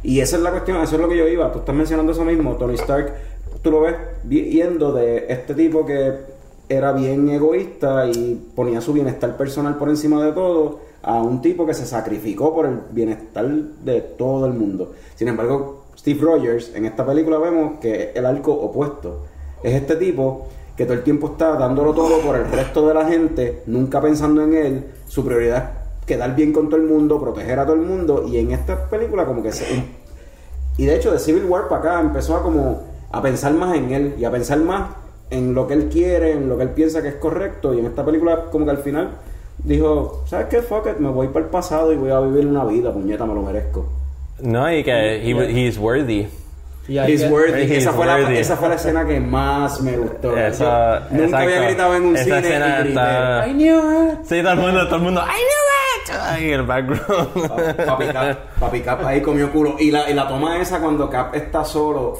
A: Y esa es la cuestión, eso es lo que yo iba. Tú estás mencionando eso mismo, Tony Stark. Tú lo ves vi- yendo de este tipo que era bien egoísta y ponía su bienestar personal por encima de todo a un tipo que se sacrificó por el bienestar de todo el mundo. Sin embargo, Steve Rogers, en esta película vemos que es el arco opuesto. Es este tipo que todo el tiempo está dándolo todo por el resto de la gente, nunca pensando en él, su prioridad es quedar bien con todo el mundo, proteger a todo el mundo, y en esta película como que se, y de hecho, de Civil War para acá empezó a como a pensar más en él y a pensar más en lo que él quiere, en lo que él piensa que es correcto. Y en esta película, como que al final dijo, ¿sabes qué? Fuck it, me voy para el pasado y voy a vivir una vida, puñeta, me lo merezco.
E: No, y que he, he is worthy.
L: Y ahí
A: He's
L: que-
A: worthy.
E: He's
A: esa, fue
E: worthy.
A: La, esa fue la escena que más me gustó.
E: Esa-
A: Yo nunca había
E: exacto.
A: gritado en un
E: Esa
A: cine
E: escena
A: y grité.
E: está-
A: "I knew it".
E: Sí, todo el mundo, todo el mundo, I knew it! Ay, el
A: Papi Cap,
E: background.
A: Papi Cap ahí comió culo. Y la, y la toma esa cuando Cap está solo,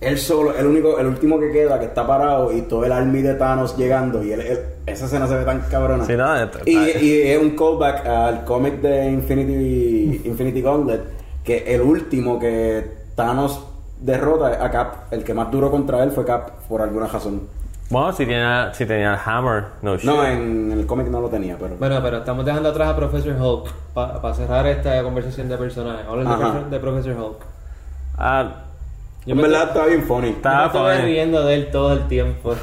A: él solo, el único, el último que queda, que está parado, y todo el army de Thanos llegando, y él, él- esa escena se ve tan cabrona.
E: Sí, no, está-
A: y, y es un callback al cómic de Infinity, Infinity Gauntlet, que el último que Thanos derrota a Cap, el que más duro contra él fue Cap, por alguna razón.
E: bueno, si tenía, si tenía el hammer, no shit.
A: No, en el cómic no lo tenía, pero...
L: Bueno, pero estamos dejando atrás a Professor Hulk para cerrar esta conversación de personajes. Hablen de,
A: Ajá.
L: Profe- de Professor Hulk.
E: Ah,
A: En verdad está bien funny.
L: Yo me estuve
E: funny.
L: riendo de él todo el tiempo.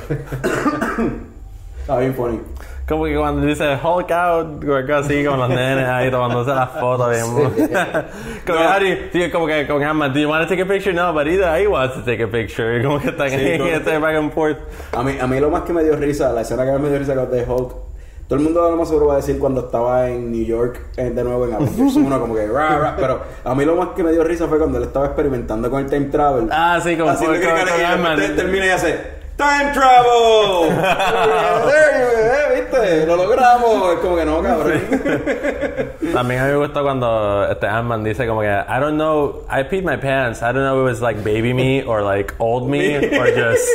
A: Está bien funny.
E: Como que cuando dice Hulk out, o algo así, con los nenes ahí tomándose las fotos, bien. como, que, how do you- tío, como que, como que, "Amma, do you want to take a picture? No, but either I want to take a picture. Como que están ahí,
A: todo-
E: este back and forth.
A: A mí, a mí lo más que me dio risa, la escena que más me dio risa que de Hulk. Todo el mundo ahora más seguro va a decir cuando estaba en New York, eh, de nuevo en Avengers 1, como que rah, rah. Pero a mí lo más que me dio risa fue cuando él estaba experimentando con el time travel.
E: Ah, sí, como
A: Haciendo
E: fue
A: que
E: con, con
A: cara- y
E: Ant-Man.
A: después termina y hace ¡Time Travel! Eh, ¿Viste? Lo logramos. Es como que no, cabrón.
E: También a mí me gustó cuando este Ant-Man dice como que I don't know, I peed my pants. I don't know if it was like baby me or like old me or just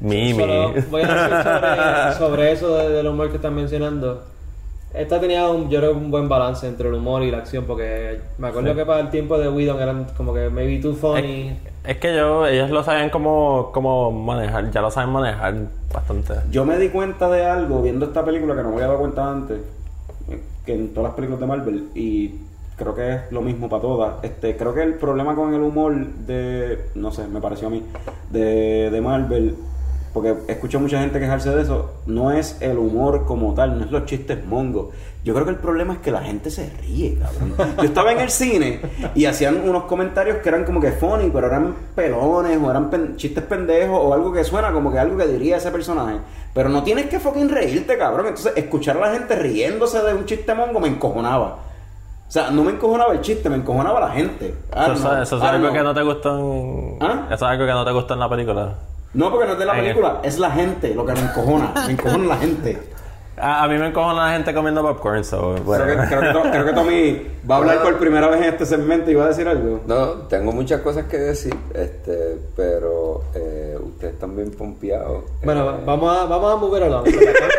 E: me
L: Solo
E: me.
L: voy a decir sobre, sobre eso de- del humor que están mencionando. Esta tenía, un, yo creo, un buen balance entre el humor y la acción, porque me acuerdo
E: Sí.
L: que para el tiempo de Whedon eran como que maybe too funny.
E: Es que yo, ellos lo saben cómo, cómo manejar, ya lo saben manejar bastante.
A: Yo me di cuenta de algo viendo esta película que no me había dado cuenta antes, eh, que en todas las películas de Marvel, y creo que es lo mismo para todas. Este, creo que el problema con el humor de, no sé, me pareció a mí, de, de Marvel, porque escucho a mucha gente quejarse de eso, no es el humor como tal, no es los chistes mongos. Yo creo que el problema es que la gente se ríe, cabrón. Yo estaba en el cine y hacían unos comentarios que eran como que funny, pero eran pelones o eran pen- chistes pendejos o algo que suena como que algo que diría ese personaje. Pero no tienes que fucking reírte, cabrón. Entonces, escuchar a la gente riéndose de un chiste mongo me encojonaba. O sea, no me encojonaba el chiste, me encojonaba la gente. I
L: Ah,
E: Eso,
A: don't know,
E: es- eso es
A: I don't
E: algo
A: know.
E: que no te gustó en...
A: ¿Ah?
E: Eso es algo que no te gustó en la película.
A: No, porque no es de la
E: Ay,
A: película, es la gente lo que me encojona. Me encojona la gente.
E: A, a mí me encojona la gente comiendo popcorn, so... bueno.
A: Creo, que, creo que to- creo que Tommy va a hablar por primera vez en este segmento y va a decir algo.
D: No, tengo muchas cosas que decir, este, pero eh, ustedes están bien pompeados.
L: Bueno, vamos a, vamos a mover along. Estamos,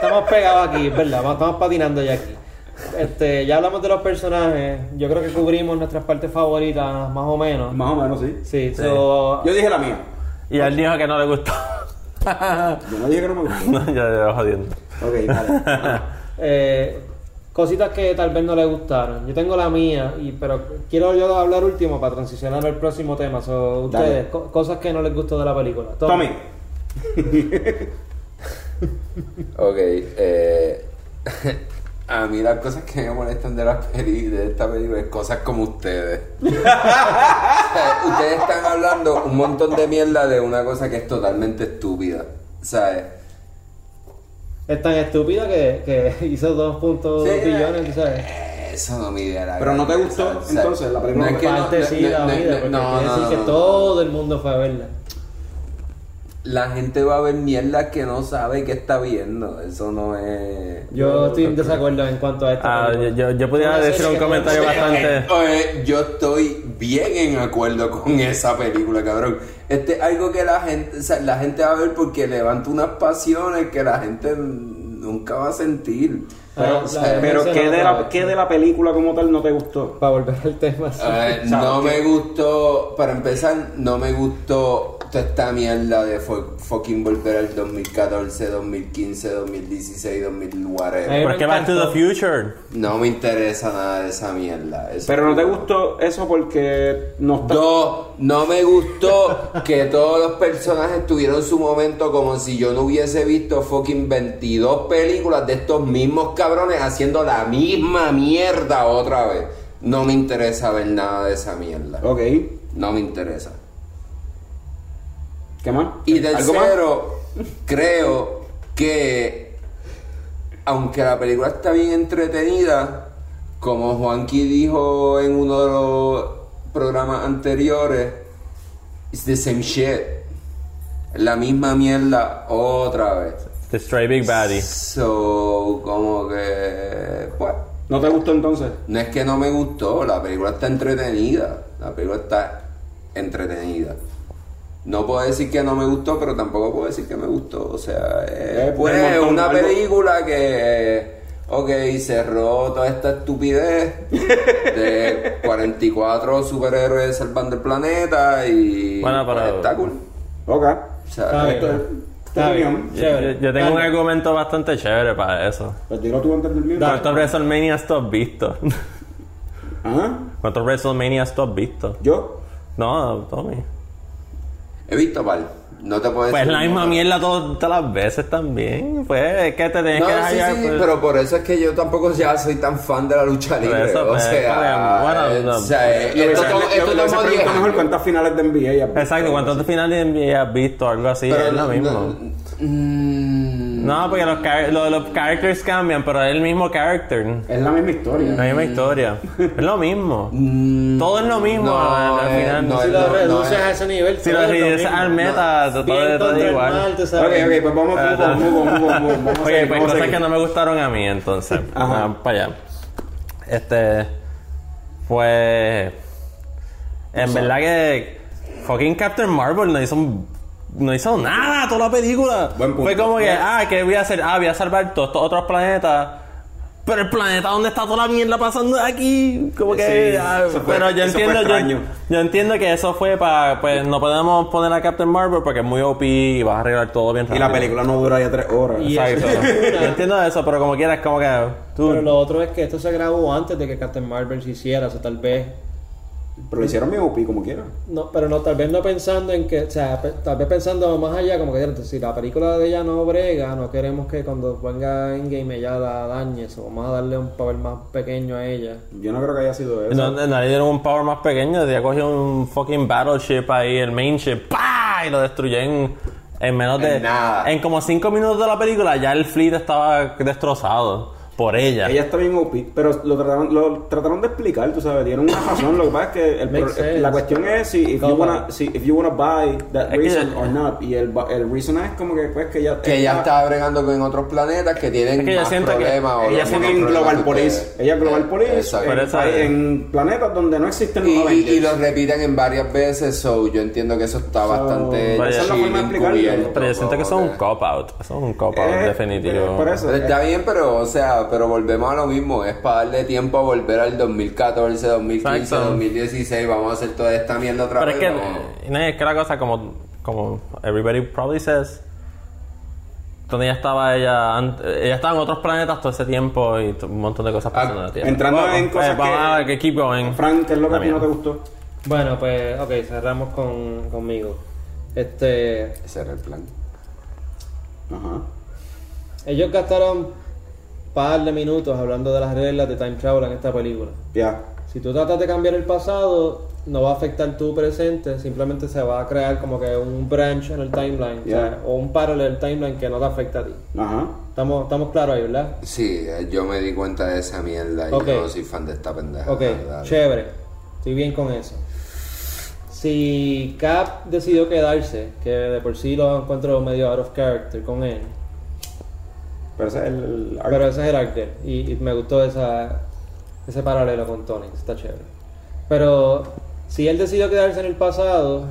L: estamos pegados aquí, es verdad. Vamos- Estamos patinando ya aquí. Este, ya hablamos de los personajes. Yo creo que cubrimos nuestras partes favoritas, más o menos.
A: Más o menos, sí.
L: Sí, so-
A: Yo dije la mía.
E: Y él dijo que no le gustó.
A: Yo no dije que no me gustó.
E: no, ya, ya, jodiendo.
A: Ok, vale.
L: Eh, cositas que tal vez no le gustaron. Yo tengo la mía, y, pero quiero yo hablar último para transicionar al próximo tema. So, ustedes,
A: Dale.
L: co- cosas que no les gustó de la película.
A: Tommy.
D: Ok, eh, a mí las cosas que me molestan de, la peli, de esta película es cosas como ustedes. O sea, ustedes están hablando un montón de mierda de una cosa que es totalmente estúpida. ¿Sabes?
L: Es tan estúpida que, que hizo 2.2
D: Sí,
L: billones, ¿sabes?
D: Eso no me idea.
A: Pero no te gustó, entonces, la película.
D: No es que no-
L: Parte
D: no-
L: sí,
D: no- no-
L: David, porque
D: no,
L: quiere
D: no,
L: decir
D: no,
L: que
D: no.
L: todo el mundo fue a verla.
D: La gente va a ver mierda que no sabe que está viendo. Eso no es.
L: Yo estoy en desacuerdo en cuanto a esto.
E: Ah, yo, yo, yo pudiera
L: Una serie
E: decir un
L: que no
E: comentario
L: sé.
E: bastante...
D: Eh, yo estoy bien en acuerdo con esa película, cabrón. Este algo que la gente, o sea, la gente va a ver porque levanta unas pasiones que la gente nunca va a sentir.
L: Ah,
D: O
L: la-
D: sea,
A: Pero ¿qué de, la, qué de la película como tal no te gustó?
L: Para volver al tema. sí.
D: Eh, no me gustó, para empezar, no me gustó toda esta mierda de fu- fucking volver al 2014, 2015, 2016, 2000,
L: Eh,
D: whatever.
E: ¿Por
L: me
E: qué Back to the
L: encantó.
E: Future?
D: No me interesa nada de esa mierda. Eso
A: Pero no te
D: no.
A: gustó eso porque no está...
D: No, no me gustó que todos los personajes tuvieron su momento como si yo no hubiese visto fucking 22 películas de estos mismos cabrones haciendo la misma mierda otra vez. No me interesa ver nada de esa mierda.
A: Ok.
D: No me interesa.
A: ¿Qué más?
D: Y
A: ¿Algo más?
D: tercero, creo que aunque la película está bien entretenida, como Juanqui dijo en uno de los programas anteriores, it's the same shit. La misma mierda otra vez.
E: The Stray Big Baddie.
D: So, como que, pues,
A: ¿No te gustó entonces?
D: no es que no me gustó, la película está entretenida. La película está entretenida. No puedo decir que no me gustó, pero tampoco puedo decir que me gustó. O sea, es
A: Eh, del montón,
D: una
A: algo-
D: película que, ok, cerró toda esta estupidez de 44 superhéroes salvando el planeta y
E: Bueno, pero-
D: pues, está cool.
A: Ok.
D: O sea,
L: Está bien.
A: Esto es tu
L: Está bien.
A: opinión.
E: Yo, yo-
L: Chévere.
E: yo tengo un
L: Dale.
E: argumento bastante chévere para eso.
A: Pues dilo tú antes del mío.
E: ¿Cuántos WrestleManias tú has visto?
A: Ajá.
E: ¿Cuántos WrestleManias tú has visto?
A: ¿Yo?
E: No, Tommy.
D: He visto pal. No te puedes
E: Pues la misma mierda todas todas las veces también. Pues es que te tienes
D: No,
E: que
D: sí,
E: hallar,
D: sí,
E: pues.
D: pero por eso es que yo tampoco ya soy tan fan de la lucha
E: Por
D: libre.
E: eso,
D: o
E: pues,
D: sea,
E: pues, bueno,
D: o sea,
E: no.
D: eh, esto
E: Yo
D: to-
E: hubiese-
D: esto
E: yo hubiese
D: tomó diez
E: preguntado
D: años.
A: ¿Cuántas finales de NBA has visto?
E: Exacto, ¿cuántos finales de NBA has visto? Algo así,
D: Pero mm,
E: es lo
D: no-
E: mismo. No, porque los, char- lo- los characters cambian, pero es el mismo character.
A: Es la misma historia.
E: La misma historia. Es lo mismo. todo es lo mismo
D: Mm. no,
E: al
D: eh,
E: final.
D: no,
L: Si
D: no,
L: lo
D: no,
L: reduces
D: eh.
L: a ese nivel,
E: si
L: todo
E: lo
L: es
E: dices
L: mismo.
E: al meta, todo,
L: Bien
E: todo
L: contra
E: es
L: el
E: igual.
L: mal, tú
A: Ok,
L: sabes.
A: ok, pues vamos, vamos, vamos, vamos, vamos, vamos a
E: Oye,
A: seguir,
E: pues
A: vamos a
E: cosas
A: seguir.
E: que no me gustaron a mí, entonces.
A: Ajá.
E: Ah, para allá. Este. Pues. En verdad que. Fucking Captain Marvel no hizo. un- No hizo nada toda la película. Fue como que, ah, ¿qué voy a hacer? Ah, voy a salvar todos estos otros planetas. Pero el planeta donde está toda la mierda pasando aquí. Como que.
A: Sí,
E: ah,
A: eso fue-
E: pero yo
A: eso fue
E: entiendo. yo,
A: extraño.
E: yo entiendo que eso fue para. Pues no podemos poner a Captain Marvel porque es muy OP y vas a arreglar todo bien
A: Y
E: rápido.
A: la película no dura ya tres horas.
L: Y
E: Exacto.
L: eso es una-
E: Yo entiendo eso, pero como quieras, como que. Tú,
L: Pero lo otro es que esto se grabó antes de que Captain Marvel se hiciera, o sea, tal vez
A: Pero lo hicieron bien OP como quiera.
L: No, pero no, tal vez no pensando en que, o sea, pe- tal vez pensando más allá, como que diablo, si la película de ella no brega, no queremos que cuando venga Endgame ella la dañe, so, vamos a darle un papel más pequeño a ella.
A: Yo no creo que haya sido eso.
E: no, no le dieron un power más pequeño, había cogido un fucking battleship ahí, el main ship, ¡pa! Y lo destruyó en, en menos de.
D: En nada.
E: en como 5 minutos de la película, ya el fleet estaba destrozado por ella.
A: Ella está bien OP, pero lo trataron, lo trataron de explicar, tú sabes, dieron una razón. Lo que pasa es que el
L: Makes
A: pro-
L: sense.
A: la cuestión es si if you,
L: ¿Cómo?
A: wanna, si if you wanna buy that
E: Es que
A: reason
E: ya-
A: or not. Y el, ba- el reason es como que pues que ya
D: Que ella está bregando con otros planetas que tienen
E: Es que ella
D: más
E: siente que-
D: problemas. o
A: Ella
D: los
A: fue
D: mismos
A: en
D: problemas
A: Global
D: que
A: Police.
D: ustedes.
A: Ella es Global
D: Eh,
A: Police
D: exacto.
A: en,
E: Por eso-
A: en planetas donde no existen
D: Y,
A: los
D: y- y
A: Avengers.
D: lo repiten en varias veces, so yo entiendo que eso está bastante
E: vaya. Esa es la
D: chill,
A: forma de explicarlo.
D: encubierto,
E: pero yo siento que eso es
D: como
E: un cop-out. Eso es un cop-out
A: Eh, eh,
E: definitivo.
A: por eso,
D: Pero
A: eh,
D: está bien, pero, o sea, pero volvemos a lo mismo. Es para darle tiempo a volver al 2014, 2015,
E: Exacto.
D: 2016. Vamos a hacer toda esta mierda otra
E: Pero es
D: vez.
E: que,
D: vamos.
E: no, es que la cosa, como, como everybody probably says, donde ella estaba, ella, ant- ella estaba en otros planetas todo ese tiempo y t- un montón de cosas pasando en la Tierra.
A: Ah, entrando
E: Bueno,
A: en
E: pues,
A: cosas
E: vamos
A: que-
E: a ver, que keep going.
A: Frank, ¿qué es lo que a ti no te gustó?
L: Bueno, pues, ok, cerramos con, conmigo. Este,
D: Ese era el plan.
A: Ajá.
L: ellos gastaron un par de minutos hablando de las reglas de time travel en esta película.
A: Ya.
L: Si tú tratas de cambiar el pasado, no va a afectar tu presente, simplemente se va a crear como que un branch en el timeline, o sea,
A: Yeah.
L: o un paralel timeline que no te afecta a ti.
A: Ajá.
L: Estamos, estamos claros ahí, ¿verdad?
D: Sí, eh, yo me di cuenta de esa mierda.
L: Ok.
D: Yo no soy fan de esta
A: Ah,
D: pendeja.
L: Ok,
D: dale, dale.
L: chévere. Estoy bien con eso. Si Cap decidió quedarse, que de por sí lo encuentro medio out of character con él,
A: Pero ese es el. el arco.
L: pero ese es el arte y, y me gustó esa, ese paralelo con Tony, está chévere. Pero si él decidió quedarse en el pasado,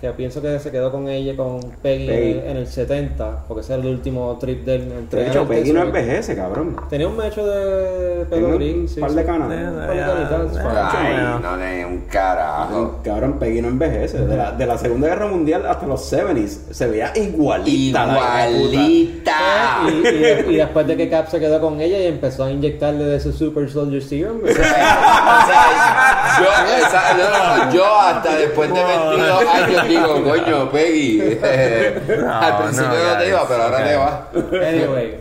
L: que pienso que se quedó con ella, con Peggy,
A: Peggy.
L: En, el, en el 70, porque ese es el último trip del entre
A: de hecho,
L: el
A: Peggy no
L: Tesseract.
A: envejece, cabrón.
L: Tenía un mecho de
A: Tiene
L: pelo
A: un
L: gris, sí,
A: par
L: sí.
A: de canas.
E: Sí,
L: Un
E: no,
L: par de
E: ya,
L: canitas,
E: eh.
L: fine.
D: Ay,
E: Bueno.
D: no le un carajo.
A: Cabrón, Peggy no envejece. De la, de la Segunda Guerra Mundial hasta los 70s se veía igualita. la hija de puta. ¿Eh?
D: Igualita.
L: Y,
A: Ah.
L: y- y después de que Cap se quedó con ella y empezó a inyectarle de su Super Soldier Serum.
D: O sea, yo, esa- no, no, no, yo hasta después de 22 años digo, coño, Peggy. al
E: No,
D: principio no,
E: no,
D: te
E: guys,
D: iba, pero ahora
E: ok.
D: te va.
L: Anyway,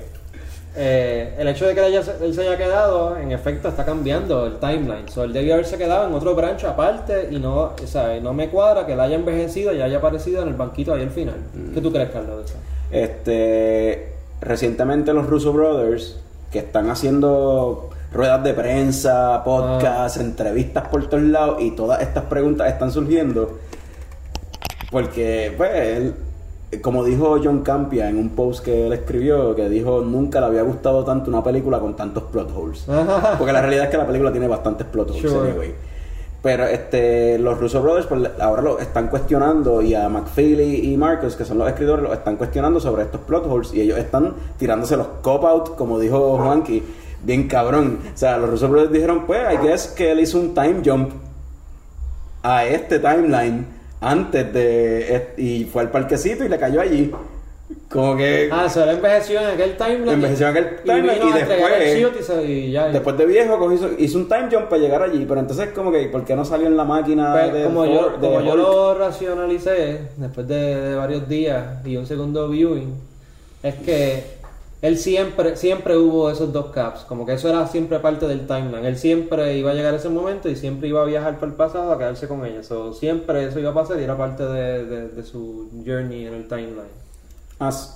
L: eh, el hecho de que él, haya- él se haya quedado, en efecto, está cambiando el timeline. So, él debió haberse quedado en otro branch aparte y no, o sea, no me cuadra que él haya envejecido y haya aparecido en el banquito ahí al final. ¿Qué tú crees, Carlos? de eso?
A: Este, recientemente los Russo Brothers, que están haciendo ruedas de prensa, podcasts, entrevistas por todos lados, y todas estas preguntas están surgiendo. Porque, pues, él- como dijo John Campia en un post que él escribió, que dijo, nunca le había gustado tanto una película con tantos plot holes. Porque la realidad es que la película tiene bastantes plot holes,
L: Sure.
A: anyway. Pero este, los Russo Brothers pues, ahora lo están cuestionando y a McFeely y Marcus, que son los escritores, los están cuestionando sobre estos plot holes y ellos están tirándose los cop-out, como dijo Juanqui, bien cabrón. O sea, los Russo Brothers dijeron, pues, I guess que él hizo un time jump a este timeline antes de... y fue al parquecito y le cayó allí. Como que.
L: Ah, se le envejeció en aquel timeline.
A: Envejeció en aquel timeline
L: vino
A: y
L: a entregar
A: después-
L: el shield y se- y ya, y-
A: Después de viejo cogió- hizo, hizo un time jump para llegar allí, pero entonces como que ¿por qué no salió en la máquina
L: Pues,
A: de
L: como
A: Thor-
L: yo,
A: de
L: como yo
A: Ah, Hulk?
L: lo racionalicé después de, de varios días y un segundo viewing, es que él siempre, siempre hubo esos dos caps, como que eso era siempre parte del timeline. Él siempre iba a llegar a ese momento y siempre iba a viajar para el pasado a quedarse con ella. So, siempre eso iba a pasar y era parte de, de- de su journey en el timeline.
A: Ah, s-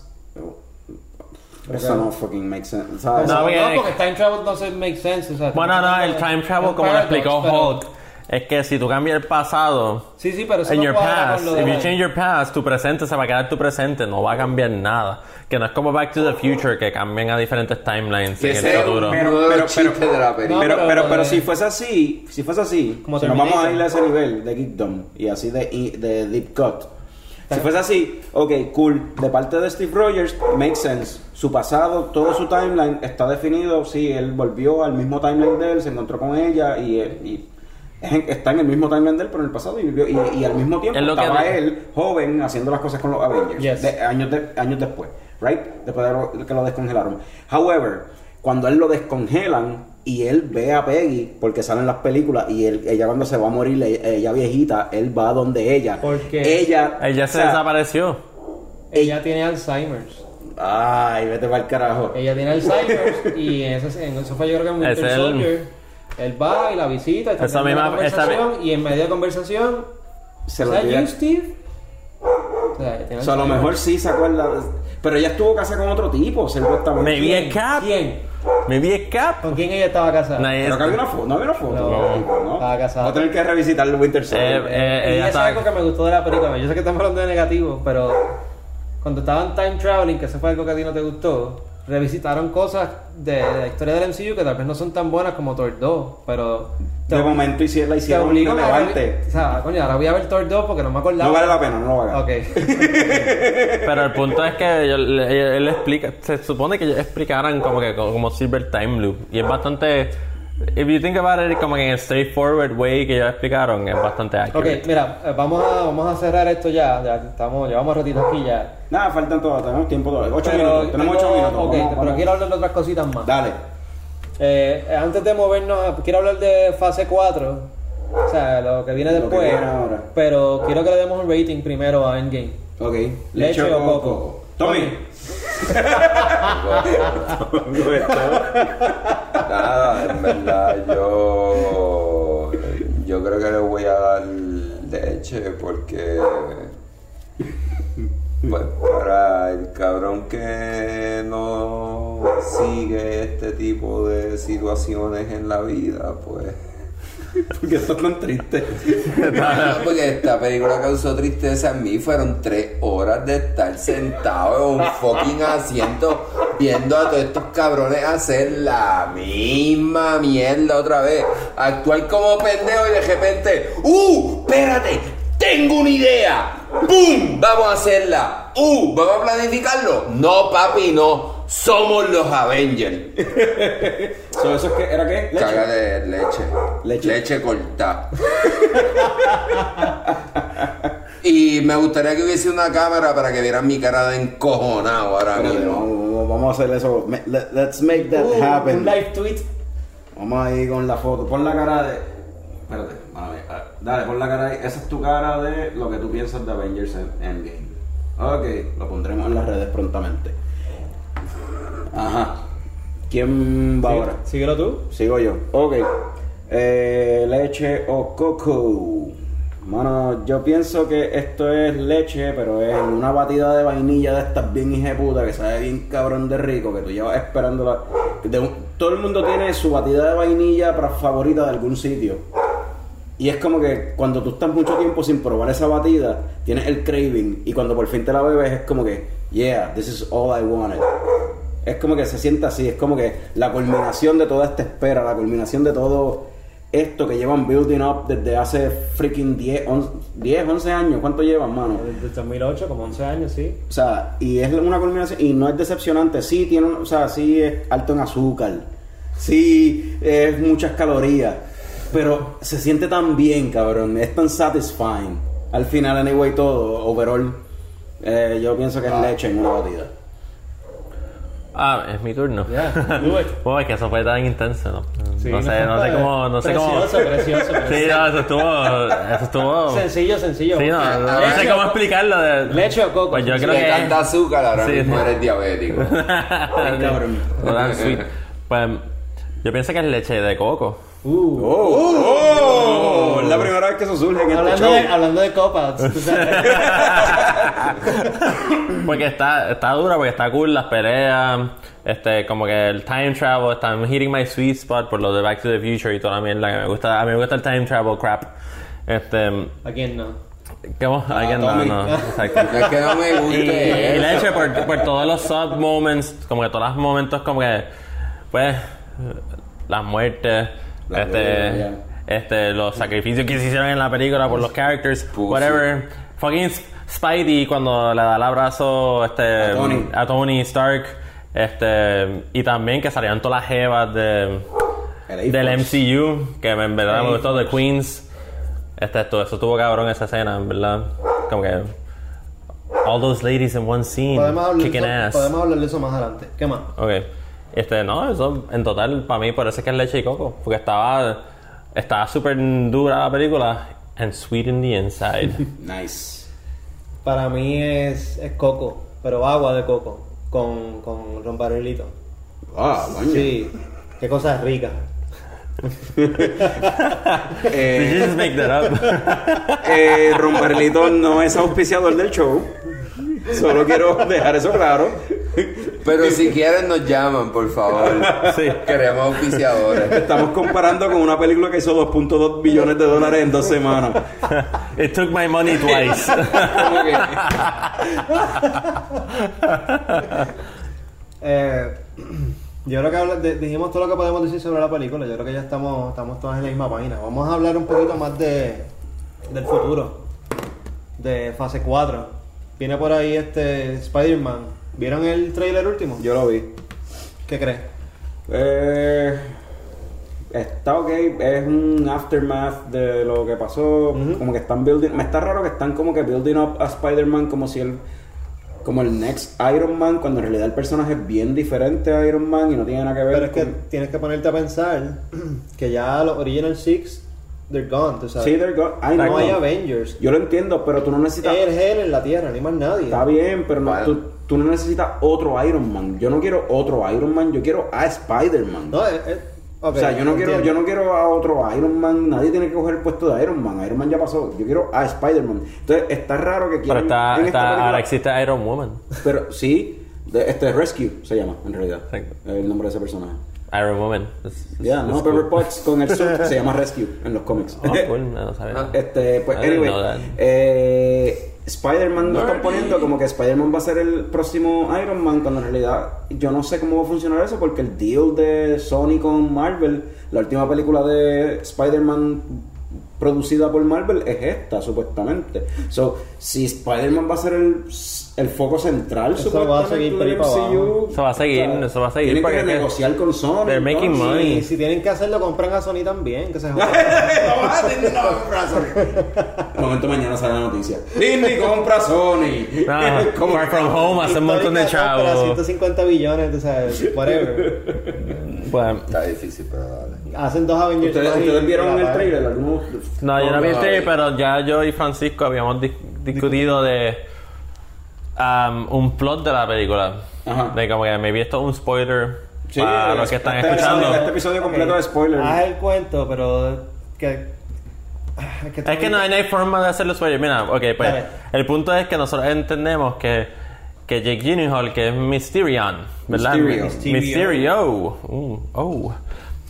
A: Eso no fucking makes sense. ¿sabes?
E: No, bien.
L: porque time travel no se make sense. o sea,
E: Bueno, no, el time travel,
L: es
E: como lo
L: paradox,
E: explicó
L: pero-
E: Hulk, es que si tú cambias el pasado,
L: Sí, sí, pero eso
E: en
L: no
E: your
L: cuadra
E: past,
L: con lo de
E: if you
L: Hulk.
E: change your past, tu presente se va a quedar tu presente, no va a cambiar nada. Que no es como Back to the Future, que cambian a diferentes timelines
A: Que
E: en
A: sea
E: el
A: un
E: futuro.
A: pero- pero- pero- Pero, pero, pero si fuese así, si fuese así,
E: Como
A: si nos vamos a
E: Terminator.
A: ir a ese nivel de Geekdom y así de, de Deep Cut. Si fuese así, ok, cool. De parte de Steve Rogers, makes sense. Su pasado, todo su timeline está definido. Sí, él volvió al mismo timeline de él, se encontró con ella y, y es en- está en el mismo timeline de él, pero en el pasado y vivió. Y, y al mismo tiempo
E: Es lo que
A: estaba
E: no-
A: él, joven, haciendo las cosas con los Avengers.
E: Yes.
A: De- años, de- años después, right? Después de lo- que lo descongelaron. However, cuando él lo descongelan y él ve a Peggy, porque salen las películas, y él- ella cuando se va a morir, ella, ella viejita, él va donde ella. Porque ella...
E: Ella se
A: o sea,
E: desapareció.
L: Ella tiene Alzheimer's.
A: Ay, vete para el carajo.
L: Ella tiene Alzheimer's y en eso, en eso fue yo creo que en
E: Es
L: Winter
E: el-
L: Soldier. Él va y la visita, está
E: Esa
L: teniendo una
E: misma- esa-
L: conversación y en medio de conversación,
A: Se
L: ¿es
A: lo
L: that
A: olvida.
L: you, Steve? O sea, tiene
A: O sea, a lo
L: Alzheimer's.
A: mejor sí se acuerda. de- Pero ella estuvo casada con otro tipo, supuestamente.
E: Maybe a cap.
L: ¿Quién?
E: Maybe a cap.
L: ¿Con quién ella estaba casada?
E: Nadie-
A: Pero que había una foto, no había una foto.
E: No.
A: tipo, ¿no? Voy a tener que revisitar el Winter
E: Eh,
A: Soldier.
L: Eh, y eso es algo que me gustó de la película. Yo sé que estamos hablando de negativo, pero cuando estaban time traveling, que eso fue algo que a ti no te gustó, revisitaron cosas de, de la historia del MCU que tal vez no son tan buenas como Thor 2, pero...
A: De momento hici- la
L: Eh, te
A: hicieron
L: obligan a ver-
A: relevante.
L: O sea, coño, ahora voy a ver Thor 2 porque no me acordaba.
A: No vale la pena, no lo hagas.
L: Ok.
E: Pero el punto es que yo- le- él, él explica, se supone que ellos explicaran como que co- como sirve el time loop. Y es bastante, if you think about it, como que en el straightforward way que ellos explicaron, es bastante
L: Ok,
E: accurate.
L: mira, eh, vamos a, vamos a cerrar esto ya. ya estamos, llevamos ratitos aquí ya.
A: Nada, faltan todas, tenemos tiempo todavía. Ocho
L: Pero
A: minutos, tenemos ocho
L: tengo-
A: minutos. vamos,
L: Ok, pero
A: vamos.
L: quiero hablar de otras cositas más.
A: Dale.
L: Eh, eh, antes de movernos, a- quiero hablar de fase 4. O sea, lo que viene
A: Lo que
L: después.
A: viene ahora.
L: Pero quiero que le demos un rating primero a Endgame.
A: Ok.
L: Leche, o coco.
A: Tommy.
D: Nada, en verdad, yo. Yo creo que le voy a dar leche porque. Pues para el cabrón que no sigue este tipo de situaciones en la vida, pues.
A: Porque esto es tan triste.
D: Porque esta película causó tristeza en mí. Fueron tres horas de estar sentado en un fucking asiento viendo a todos estos cabrones hacer la misma mierda otra vez. Actuar como pendejo y de repente, ¡Uh! ¡Espérate! ¡Tengo una idea! ¡Bum! ¡Vamos a hacerla! ¡Uh! ¿Vamos a planificarlo? No, papi, no. Somos los Avengers.
A: So, ¿Eso es que era qué? ¿Leche?
D: Caga de leche.
A: Leche.
D: Leche cortada. y me gustaría que hubiese una cámara para que vieran mi cara de encojonado ahora
A: Espérate,
D: mismo.
A: vamos, vamos a hacer eso. Me- let- let's make that
L: Uh,
A: happen.
L: un live tweet.
A: Vamos ahí con la foto. Pon la cara de. Espérate, a ver, a- Dale, pon la cara ahí. Esa es tu cara de lo que tú piensas de Avengers End- Endgame. Ok, lo pondremos en las redes prontamente. Ajá. ¿Quién va ahora?
L: Síguelo tú.
A: Sigo yo. Ok. Eh, leche o coco. Mano, yo pienso que esto es leche, pero es una batida de vainilla de estas bien hijeputa que sabe bien cabrón de rico, que tú llevas esperando la... de un- Todo el mundo tiene su batida de vainilla pra- favorita de algún sitio. Y es como que cuando tú estás mucho tiempo sin probar esa batida, tienes el craving. Y cuando por fin te la bebes, es como que, yeah, this is all I wanted. Es como que se sienta así, es como que la culminación de toda esta espera, la culminación de todo esto que llevan building up desde hace freaking 10, 11, 10, 11 años. ¿Cuánto llevan, mano?
L: Desde 2008, como 11 años, sí.
A: O sea, y es una culminación, y no es decepcionante. Sí, tiene, un- o sea, sí es alto en azúcar, sí es muchas calorías, pero se siente tan bien, cabrón. Es tan satisfying. Al final, anyway, todo, overall. Eh, yo pienso que es leche en una batida.
E: Ah, es mi turno.
A: Yeah,
L: do it.
E: Wow, es que eso fue tan intenso. No,
L: Sí,
E: no sé, no sé cómo, no sé cómo.
L: Precioso, precioso,
E: Sí,
L: precioso.
E: no, eso estuvo, eso estuvo.
L: Sencillo, sencillo.
E: Sí, no, no, no sé
L: Leche
E: cómo
L: o coco.
E: explicarlo. De...
L: Leche o coco.
E: Pues yo
L: Sí,
E: creo
D: le
E: que.
D: canta azúcar, ahora
E: Sí,
D: mismo
E: sí.
D: eres diabético.
E: Ay,
A: cabrón.
E: No tan sweet. Pues yo pienso que es leche de coco.
A: Oh, oh, es la primera vez que eso surge en este
L: Hablando
A: show.
L: de, hablando de copas, tú sabes.
E: Porque está, está dura, porque está cool las peleas, este, como que el time travel, está I'm hitting my sweet spot por lo de Back to the Future y toda la mierda que me gusta. A mí me gusta el time travel crap. Este,
L: ¿A quién no?
E: ¿cómo? Alguien- no,
D: Tommy.
E: no, exacto.
D: Es que no me gusta
E: Y, y
D: eso.
E: leche por, por todos los sub moments, como que todos los momentos, como que, pues, las muertes,
A: La
E: este,
A: gloria,
E: este, los sacrificios que se hicieron en la película por los characters,
D: Pussy.
E: whatever. Fucking Sp- Spidey cuando le da el abrazo este, a,
A: Tony.
E: Tony Stark, este, y también que salieron todas las jevas de,
A: El
E: del
A: A-Force.
E: MCU, que en verdad me gustó, de Queens. Este, esto, eso estuvo cabrón esa escena, en verdad. Como que. All those ladies in one scene,
L: Podemos hablar,
E: kicking
L: de
E: ass.
L: eso, podemos hablar de eso más adelante. ¿Qué más?
E: Ok. Este, no, eso en total, para mí parece que es leche y coco. Porque estaba. Estaba súper dura la película. And sweet in the inside.
A: Nice.
L: Para mí es, es coco, pero agua de coco con, con rombarelito.
A: Ah, coño.
L: Sí, qué cosa rica.
E: Did you
A: Eh,
E: just make that up?
A: eh, Rumbarlito no es auspiciador del show. Solo quiero dejar eso claro.
D: ¿eh? Pero si quieren nos llaman, por favor.
E: Sí.
D: Queremos auspiciadores.
A: Estamos comparando con una película que hizo 2.2 billones de dólares en dos semanas.
E: It took my money twice.
A: Como que-
L: Eh, yo creo que habla- de- dijimos todo lo que podemos decir sobre la película. Yo creo que ya estamos, estamos todos en la misma página. Vamos a hablar un poquito más de, del futuro, de fase 4. Viene por ahí este Spider-Man. ¿Vieron el trailer último?
A: Yo lo vi.
L: ¿Qué crees?
A: Eh, está ok, es un aftermath de lo que pasó.
L: Ujú.
A: Como que están building. Me está raro que están como que building up a Spider-Man como si él. Como el next Iron Man, cuando en realidad el personaje es bien diferente a Iron Man y no tiene nada que ver
L: Pero es que
A: con-
L: tienes que ponerte a pensar que ya los Original Six, they're gone, tú sabes.
A: Sí, they're gone. I
L: no
A: know.
L: hay Avengers.
A: Yo lo entiendo, pero tú no necesitas.
L: Él es él en la Tierra, ni más nadie.
A: Está bien, pero no,
D: Vale.
A: tú, tú no necesitas otro Iron Man. Yo no quiero otro Iron Man, yo quiero a Spider-Man.
L: No, es- es- ok,
A: o sea, yo no, quiero,
L: entiendo.
A: yo no quiero a otro Iron Man. Nadie tiene que coger el puesto de Iron Man. Iron Man ya pasó. Yo quiero a Spider-Man. Entonces, está raro que
E: Pero
A: quieran...
E: está,
A: en esta
E: está,
A: película-
E: ahora existe Iron Woman.
A: Pero sí, de- este Rescue se llama, en realidad.
E: Exacto.
A: El nombre de ese personaje.
E: Iron Woman. It's- it's-
A: Ya,
E: it's
A: no,
E: cool.
A: Pepper Potts con el suit se llama Rescue en los cómics.
E: Oh, cool, no lo sabía.
A: Este, pues,
E: I didn't
A: anyway,
E: know that.
A: eh, Spider-Man lo están poniendo como que Spider-Man va a ser el próximo Iron Man, cuando en realidad yo no sé cómo va a funcionar eso, porque el deal de Sony con Marvel, la última película de Spider-Man producida por Marvel es esta, supuestamente. So, si Spider-Man va a ser el, el foco central,
L: Eso va a seguir
A: supuestamente,
L: por ahí
A: del
L: para abajo.
A: MCU,
E: Eso va a seguir, eso va a seguir,
A: Tienen
E: porque
A: que
E: es que
A: negociar con Sony.
E: they're making
A: entonces.
E: money.
L: Y si tienen que hacerlo, compran a Sony también, que se joda.
A: Vamos a Disney no compra Sony. De momento mañana sale la noticia. Disney compra Sony.
E: Ah,
A: Como-
E: far from home hace un montón de
L: Histórica, no, pero
E: chavos.
L: 150 billones, tú sabes, whatever.
E: Pues,
D: Está difícil, pero dale.
L: Hacen dos Avengers.
A: ¿Ustedes,
L: más y-
A: ustedes
L: y
A: vieron
L: la
A: el
L: pagan.
A: trailer? ¿Alguno?
E: No, yo no vi el
D: no,
E: trailer,
D: eh.
E: pero ya yo y Francisco habíamos dis- discutido de um, un plot de la película.
A: Ajá.
E: De como que me vi esto es un spoiler
A: Sí,
E: para los que
A: este
E: están
A: episodio-
E: escuchando.
A: Este episodio completo de spoiler.
L: Haz el cuento, pero. Que, es que,
E: Es que no hay, no hay forma de hacerlo spoiler. Mira, ok, pues
L: Dale.
E: el punto es que nosotros entendemos que, que Jake Gyllenhaal, que es Mysterion, ¿verdad?
A: Mysterio.
E: Mysterio. Uh, oh.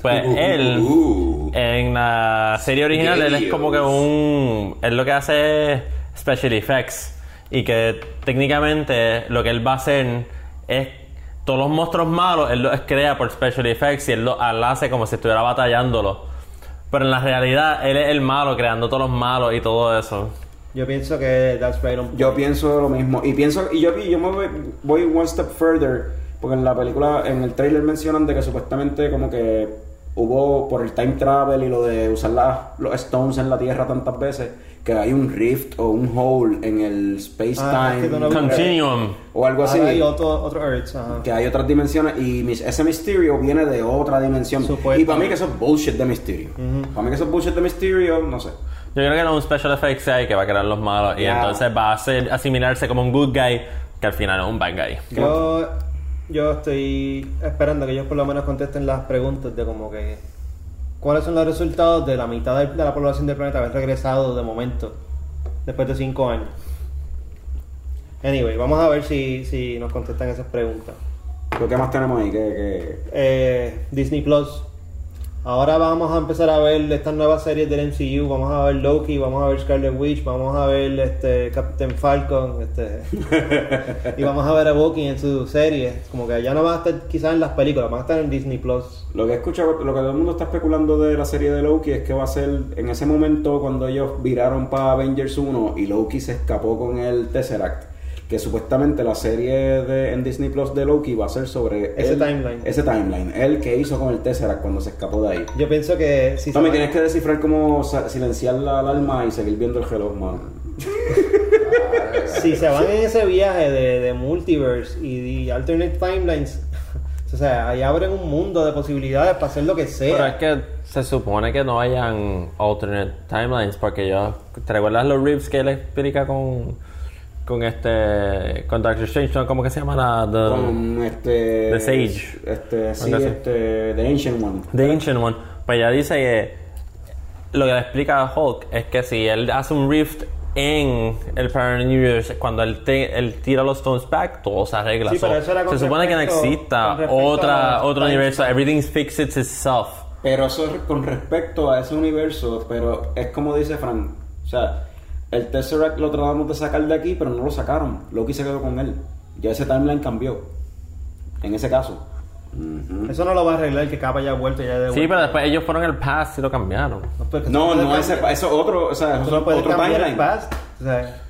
E: Pues
D: Uh, uh,
E: él,
D: uh.
E: en la serie original, él es como que
D: Dios.
E: un. Él lo que hace es special effects. Y que técnicamente lo que él va a hacer es. Todos los monstruos malos, él los crea por special effects y él los él hace como si estuviera batallándolo. Pero en la realidad, él es el malo, creando todos los malos y todo eso.
L: Yo pienso que That's Right on.
A: Yo pienso lo mismo. Y pienso, y yo, y yo me voy, voy one step further, porque en la película, en el trailer mencionan de que supuestamente como que hubo por el time travel y lo de usar las- los stones en la tierra tantas veces, que hay un rift o un hole en el
L: Ah, es
A: space-time
L: que tú no- Continuum.
A: o algo así.
L: Ahora hay otro, otro Earth, ajá.
A: Que hay otras dimensiones y mis- ese Mysterio viene de otra dimensión. Y para mí que eso es bullshit de Mysterio.
E: Ujú.
A: Para mí que eso es bullshit de Mysterio, no sé.
E: Yo creo que era un special effects guy que va a crear los malos y
A: Ya.
E: entonces va a hacer, asimilarse como un good guy que al final es un bad guy.
L: Yo, yo estoy esperando que ellos por lo menos contesten las preguntas de como que cuáles son los resultados de la mitad de, de la población del planeta haber regresado de momento, después de cinco años. Anyway, vamos a ver si, si nos contestan esas preguntas.
A: Pero ¿qué más tenemos ahí? que
L: Eh, Disney Plus. Ahora vamos a empezar a ver estas nuevas series del MCU. Vamos a ver Loki, vamos a ver Scarlet Witch, vamos a ver este Captain Falcon, este, y vamos a ver a Bucky en su serie. Como que ya no van a estar quizás en las películas, van a estar en Disney Plus.
A: Lo que escucha, lo que todo el mundo está especulando de la serie de Loki es que va a ser en ese momento cuando ellos viraron para Avengers 1 y Loki se escapó con el Tesseract. Que supuestamente la serie de, en Disney Plus de Loki va a ser sobre
L: Ese
A: él-
L: timeline.
A: Ese timeline. Él que hizo con el Tesseract cuando se escapó de ahí.
L: Yo pienso que si se
A: Tommy,
L: van-
A: tienes que descifrar cómo sa- silenciar la alarma y seguir viendo el reloj, mano.
L: si se van en ese viaje de, de multiverse y, de alternate timelines, o sea, ahí abren un mundo de posibilidades para hacer lo que
E: Pero
L: sea.
E: es que se supone que no hayan alternate timelines porque yo... ¿Te recuerdas los riffs que él explica con... Con este... Con Doctor Strange? ¿no? ¿Cómo que se llama la...? The,
A: Con este...
E: The Sage.
A: Este, sí,
E: Algo así.
A: este... The Ancient One.
E: The Ancient One. Pues ella dice que... Lo que le explica a Hulk es que si él hace un rift en el Parallel Universe, cuando él, te- él tira los stones back, todo se arregla.
L: Sí, pero
E: So,
L: eso era con
E: se supone que no
L: respecto-
E: exista
L: con respecto
E: otra,
L: a-
E: otro
L: a-
E: universo. Everything's fixed itself.
A: Pero eso es con respecto a ese universo, pero es como dice Frank. O sea, el Tesseract lo tratamos de sacar de aquí, pero no lo sacaron. Loki se quedó con él. Ya ese timeline cambió. En ese caso.
L: Eso no lo va a arreglar que Capa haya vuelto y haya devuelto.
E: Sí, pero después ellos fueron el past y lo cambiaron.
A: No, no, ese, eso es otro, o sea, eso
L: no
A: es
L: puedes
A: otro
L: cambiar el
A: timeline.
L: past. O sea,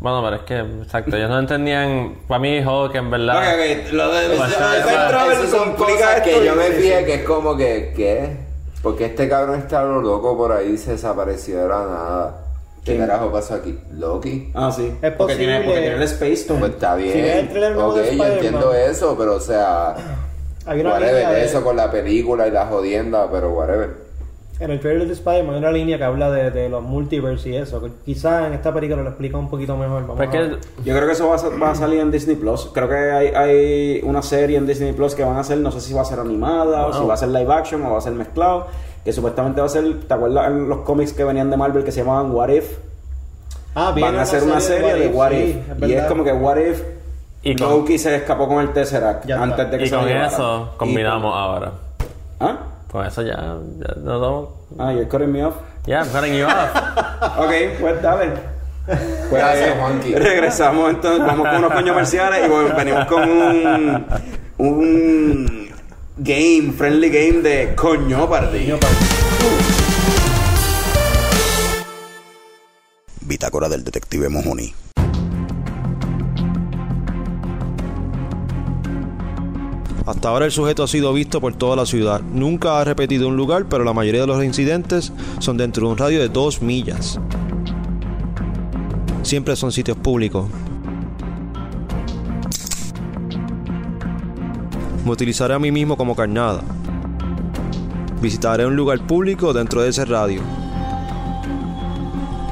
E: Bueno, pero es que, exacto, ellos no entendían. Para mí, Hulk, en verdad.
D: Ok,
A: ok, lo de-
E: Bastante-
A: lo de-
D: Esas son
A: complica
D: cosas
A: esto,
D: que yo me
A: sí, sí.
D: fijé que es como que, ¿qué? Porque este cabrón está lo loco por ahí se desapareció de la nada. ¿Qué
A: ¿Quién?
D: carajo pasó aquí? ¿Loki?
A: Ah, sí.
K: Eh,
L: Es
D: porque
L: tiene- posible. porque tiene el
A: Space
D: Pues está bien.
L: Si ves el trailer nuevo
D: ok,
L: de
D: yo
L: Spider-Man.
D: entiendo eso, pero o sea...
L: Hay una
D: Whatever,
L: línea de-
D: eso con la película y la jodienda, pero whatever.
L: en el trailer de Spider-Man hay una línea que habla de, de los multiverse y eso. Quizás en esta película lo explica un poquito mejor.
E: Pues
L: Vamos a ver.
A: Yo creo que eso va a, sa- va a salir en Disney Plus. Creo que hay, hay una serie en Disney Plus que van a hacer, no sé si va a ser animada, o
E: Wow.
A: si va a ser live action, o va a ser mezclado. Que supuestamente va a ser, ¿te acuerdas en los cómics que venían de Marvel que se llamaban What If?
L: Ah, viene
A: van a
L: una
A: hacer una serie de What If.
L: sí,
A: y
L: es
A: es
L: verdad.
A: como que What If
E: Y con-
A: Loki se escapó con el Tesseract
L: Ya está.
A: antes de que
E: Y
A: se
E: con
A: lo llevara.
E: eso
A: Y
E: combinamos ahora.
A: ¿Ah?
E: Con eso ya. ya no, no.
A: con- Ah, you're cutting me off.
E: Yeah, I'm cutting you off.
A: Ok, pues dale. Pues,
L: eh,
D: Gracias, Juanqui.
A: Regresamos entonces, vamos con unos coños comerciales y vol- venimos con un, un game, friendly game de coño party.
O: Bitácora del detective Mojoni.
N: Hasta ahora el sujeto ha sido visto por toda la ciudad. Nunca ha repetido un lugar, pero la mayoría de los incidentes son dentro de un radio de dos millas. Siempre son sitios públicos. Me utilizaré a mí mismo como carnada. Visitaré un lugar público dentro de ese radio.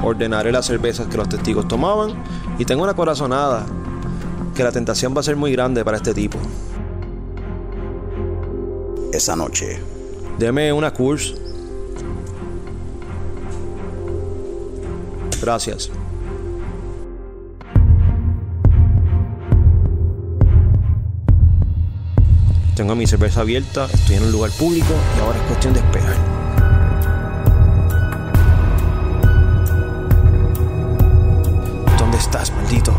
N: Ordenaré las cervezas que los testigos tomaban y tengo una corazonada que la tentación va a ser muy grande para este tipo.
O: Esa noche,
N: Deme una curse. Gracias. Tengo mi cerveza abierta, estoy en un lugar público y ahora es cuestión de esperar. ¿Dónde estás, maldito?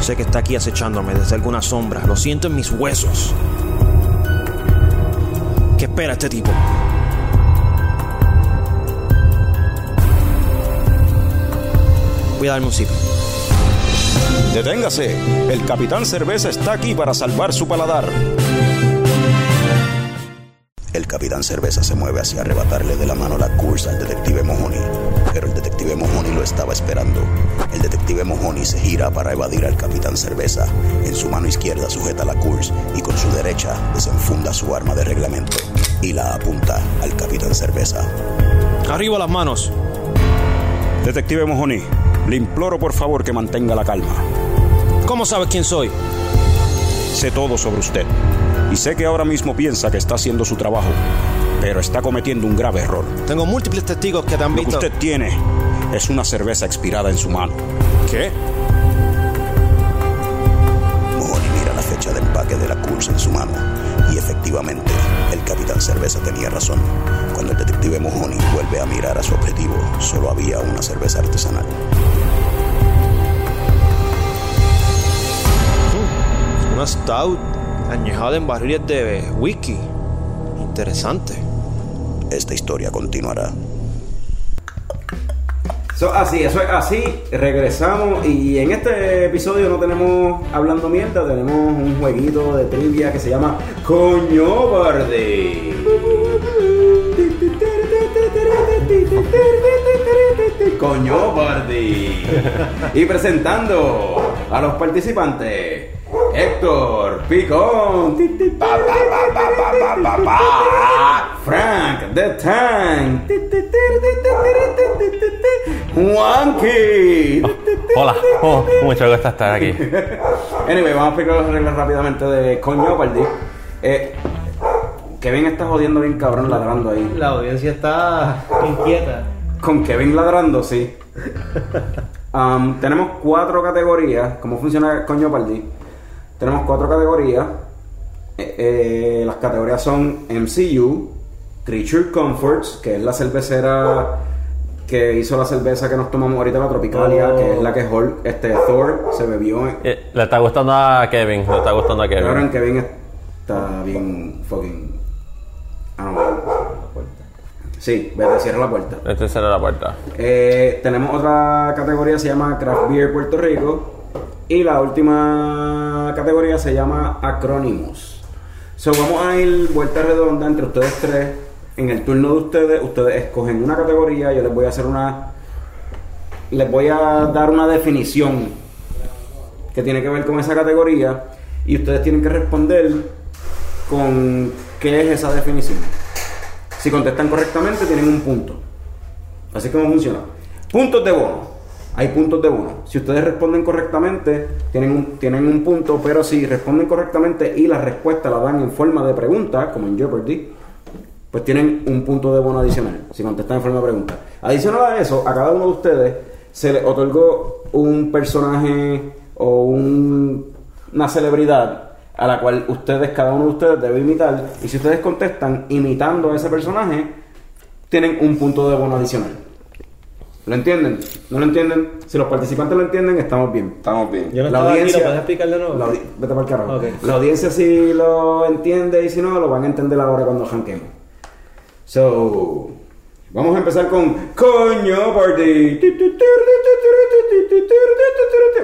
N: Sé que está aquí acechándome desde alguna sombra. Lo siento en mis huesos. ¿Qué espera este tipo? Voy a darme un sip.
O: Deténgase, el Capitán Cerveza está aquí para salvar su paladar.
J: El capitán Cerveza se mueve hacia arrebatarle de la mano la cursa al detective Mojoni, pero el detective Mojoni lo estaba esperando. El detective Mojoni se gira para evadir al capitán Cerveza. En su mano izquierda sujeta la cursa y con su derecha desenfunda su arma de reglamento y la apunta al capitán Cerveza.
P: Arriba las manos.
K: Detective Mojoni, le imploro por favor que mantenga la calma.
P: ¿Cómo sabes quién soy?
K: Sé todo sobre usted. Y sé que ahora mismo piensa que está haciendo su trabajo, pero está cometiendo un grave error.
P: Tengo múltiples testigos que te han
K: Lo que
P: visto.
K: usted tiene es una cerveza expirada en su mano.
P: ¿Qué?
J: Mojoni mira la fecha de empaque de la cursa en su mano y efectivamente el capitán Cerveza tenía razón. Cuando el detective Mojoni vuelve a mirar a su objetivo, solo había una cerveza artesanal.
P: Uh, Una stout añejada en barriles de whisky. Interesante.
J: Esta historia continuará.
I: Eso es así, eso es así. Regresamos y en este episodio no tenemos hablando mierda, tenemos un jueguito de trivia que se llama Coño Verde. Coño Verde. Y presentando a los participantes. Héctor Picón. Pa, pa, pa, pa, pa, pa, pa, pa. Frank The Tank. Juanqui.
E: Hola, oh, mucho gusto estar aquí.
I: Anyway, vamos a explicar las reglas rápidamente de coño, perdí. Eh, Kevin está jodiendo bien cabrón ladrando ahí.
L: La audiencia está inquieta.
I: Con Kevin ladrando, sí. Am, tenemos cuatro categorías. ¿Cómo funciona Coño Paldí? Tenemos cuatro categorías. Eh, eh, las categorías son MCU, Creature Comforts, que es la cervecera que hizo la cerveza que nos tomamos ahorita, la Tropicalia,
E: Oh.
I: que es la que Hulk- este, Thor se bebió. en-
E: Eh, Le está gustando a Kevin, le está gustando a
I: Ahora en
E: Kevin.
I: Kevin está bien fucking. Ah, no, la puerta. Sí, vete, cierra la puerta.
E: Este será la puerta.
I: Eh, tenemos otra categoría, se llama Craft Beer Puerto Rico. Y la última categoría se llama Acrónimos. So, vamos a ir vuelta redonda entre ustedes tres. En el turno de ustedes, ustedes escogen una categoría. Yo les voy a hacer una. Les voy a dar una definición que tiene que ver con esa categoría. Y ustedes tienen que responder con qué es esa definición. Si contestan correctamente, tienen un punto. Así es como funciona. Puntos de bono. Hay puntos de bono. Si ustedes responden correctamente, tienen un, tienen un punto, pero si responden correctamente y la respuesta la dan en forma de pregunta, como en Jeopardy, pues tienen un punto de bono adicional, si contestan en forma de pregunta. Adicional a eso, a cada uno de ustedes se le otorgó un personaje o un- una celebridad a la cual ustedes, cada uno de ustedes debe imitar, y si ustedes contestan imitando a ese personaje, tienen un punto de bono adicional. ¿Lo entienden? ¿No lo entienden? Si los participantes lo entienden, estamos bien.
D: Estamos bien.
L: Yo no
I: La
L: estaba aquí,
I: audiencia-
L: ¿lo puedes explicar de nuevo?
I: La audi- vete pa'l carajo.
L: Ok.
I: La audiencia si lo entiende y si no, lo van a entender ahora cuando janquemos. So, vamos a empezar con Coño Party.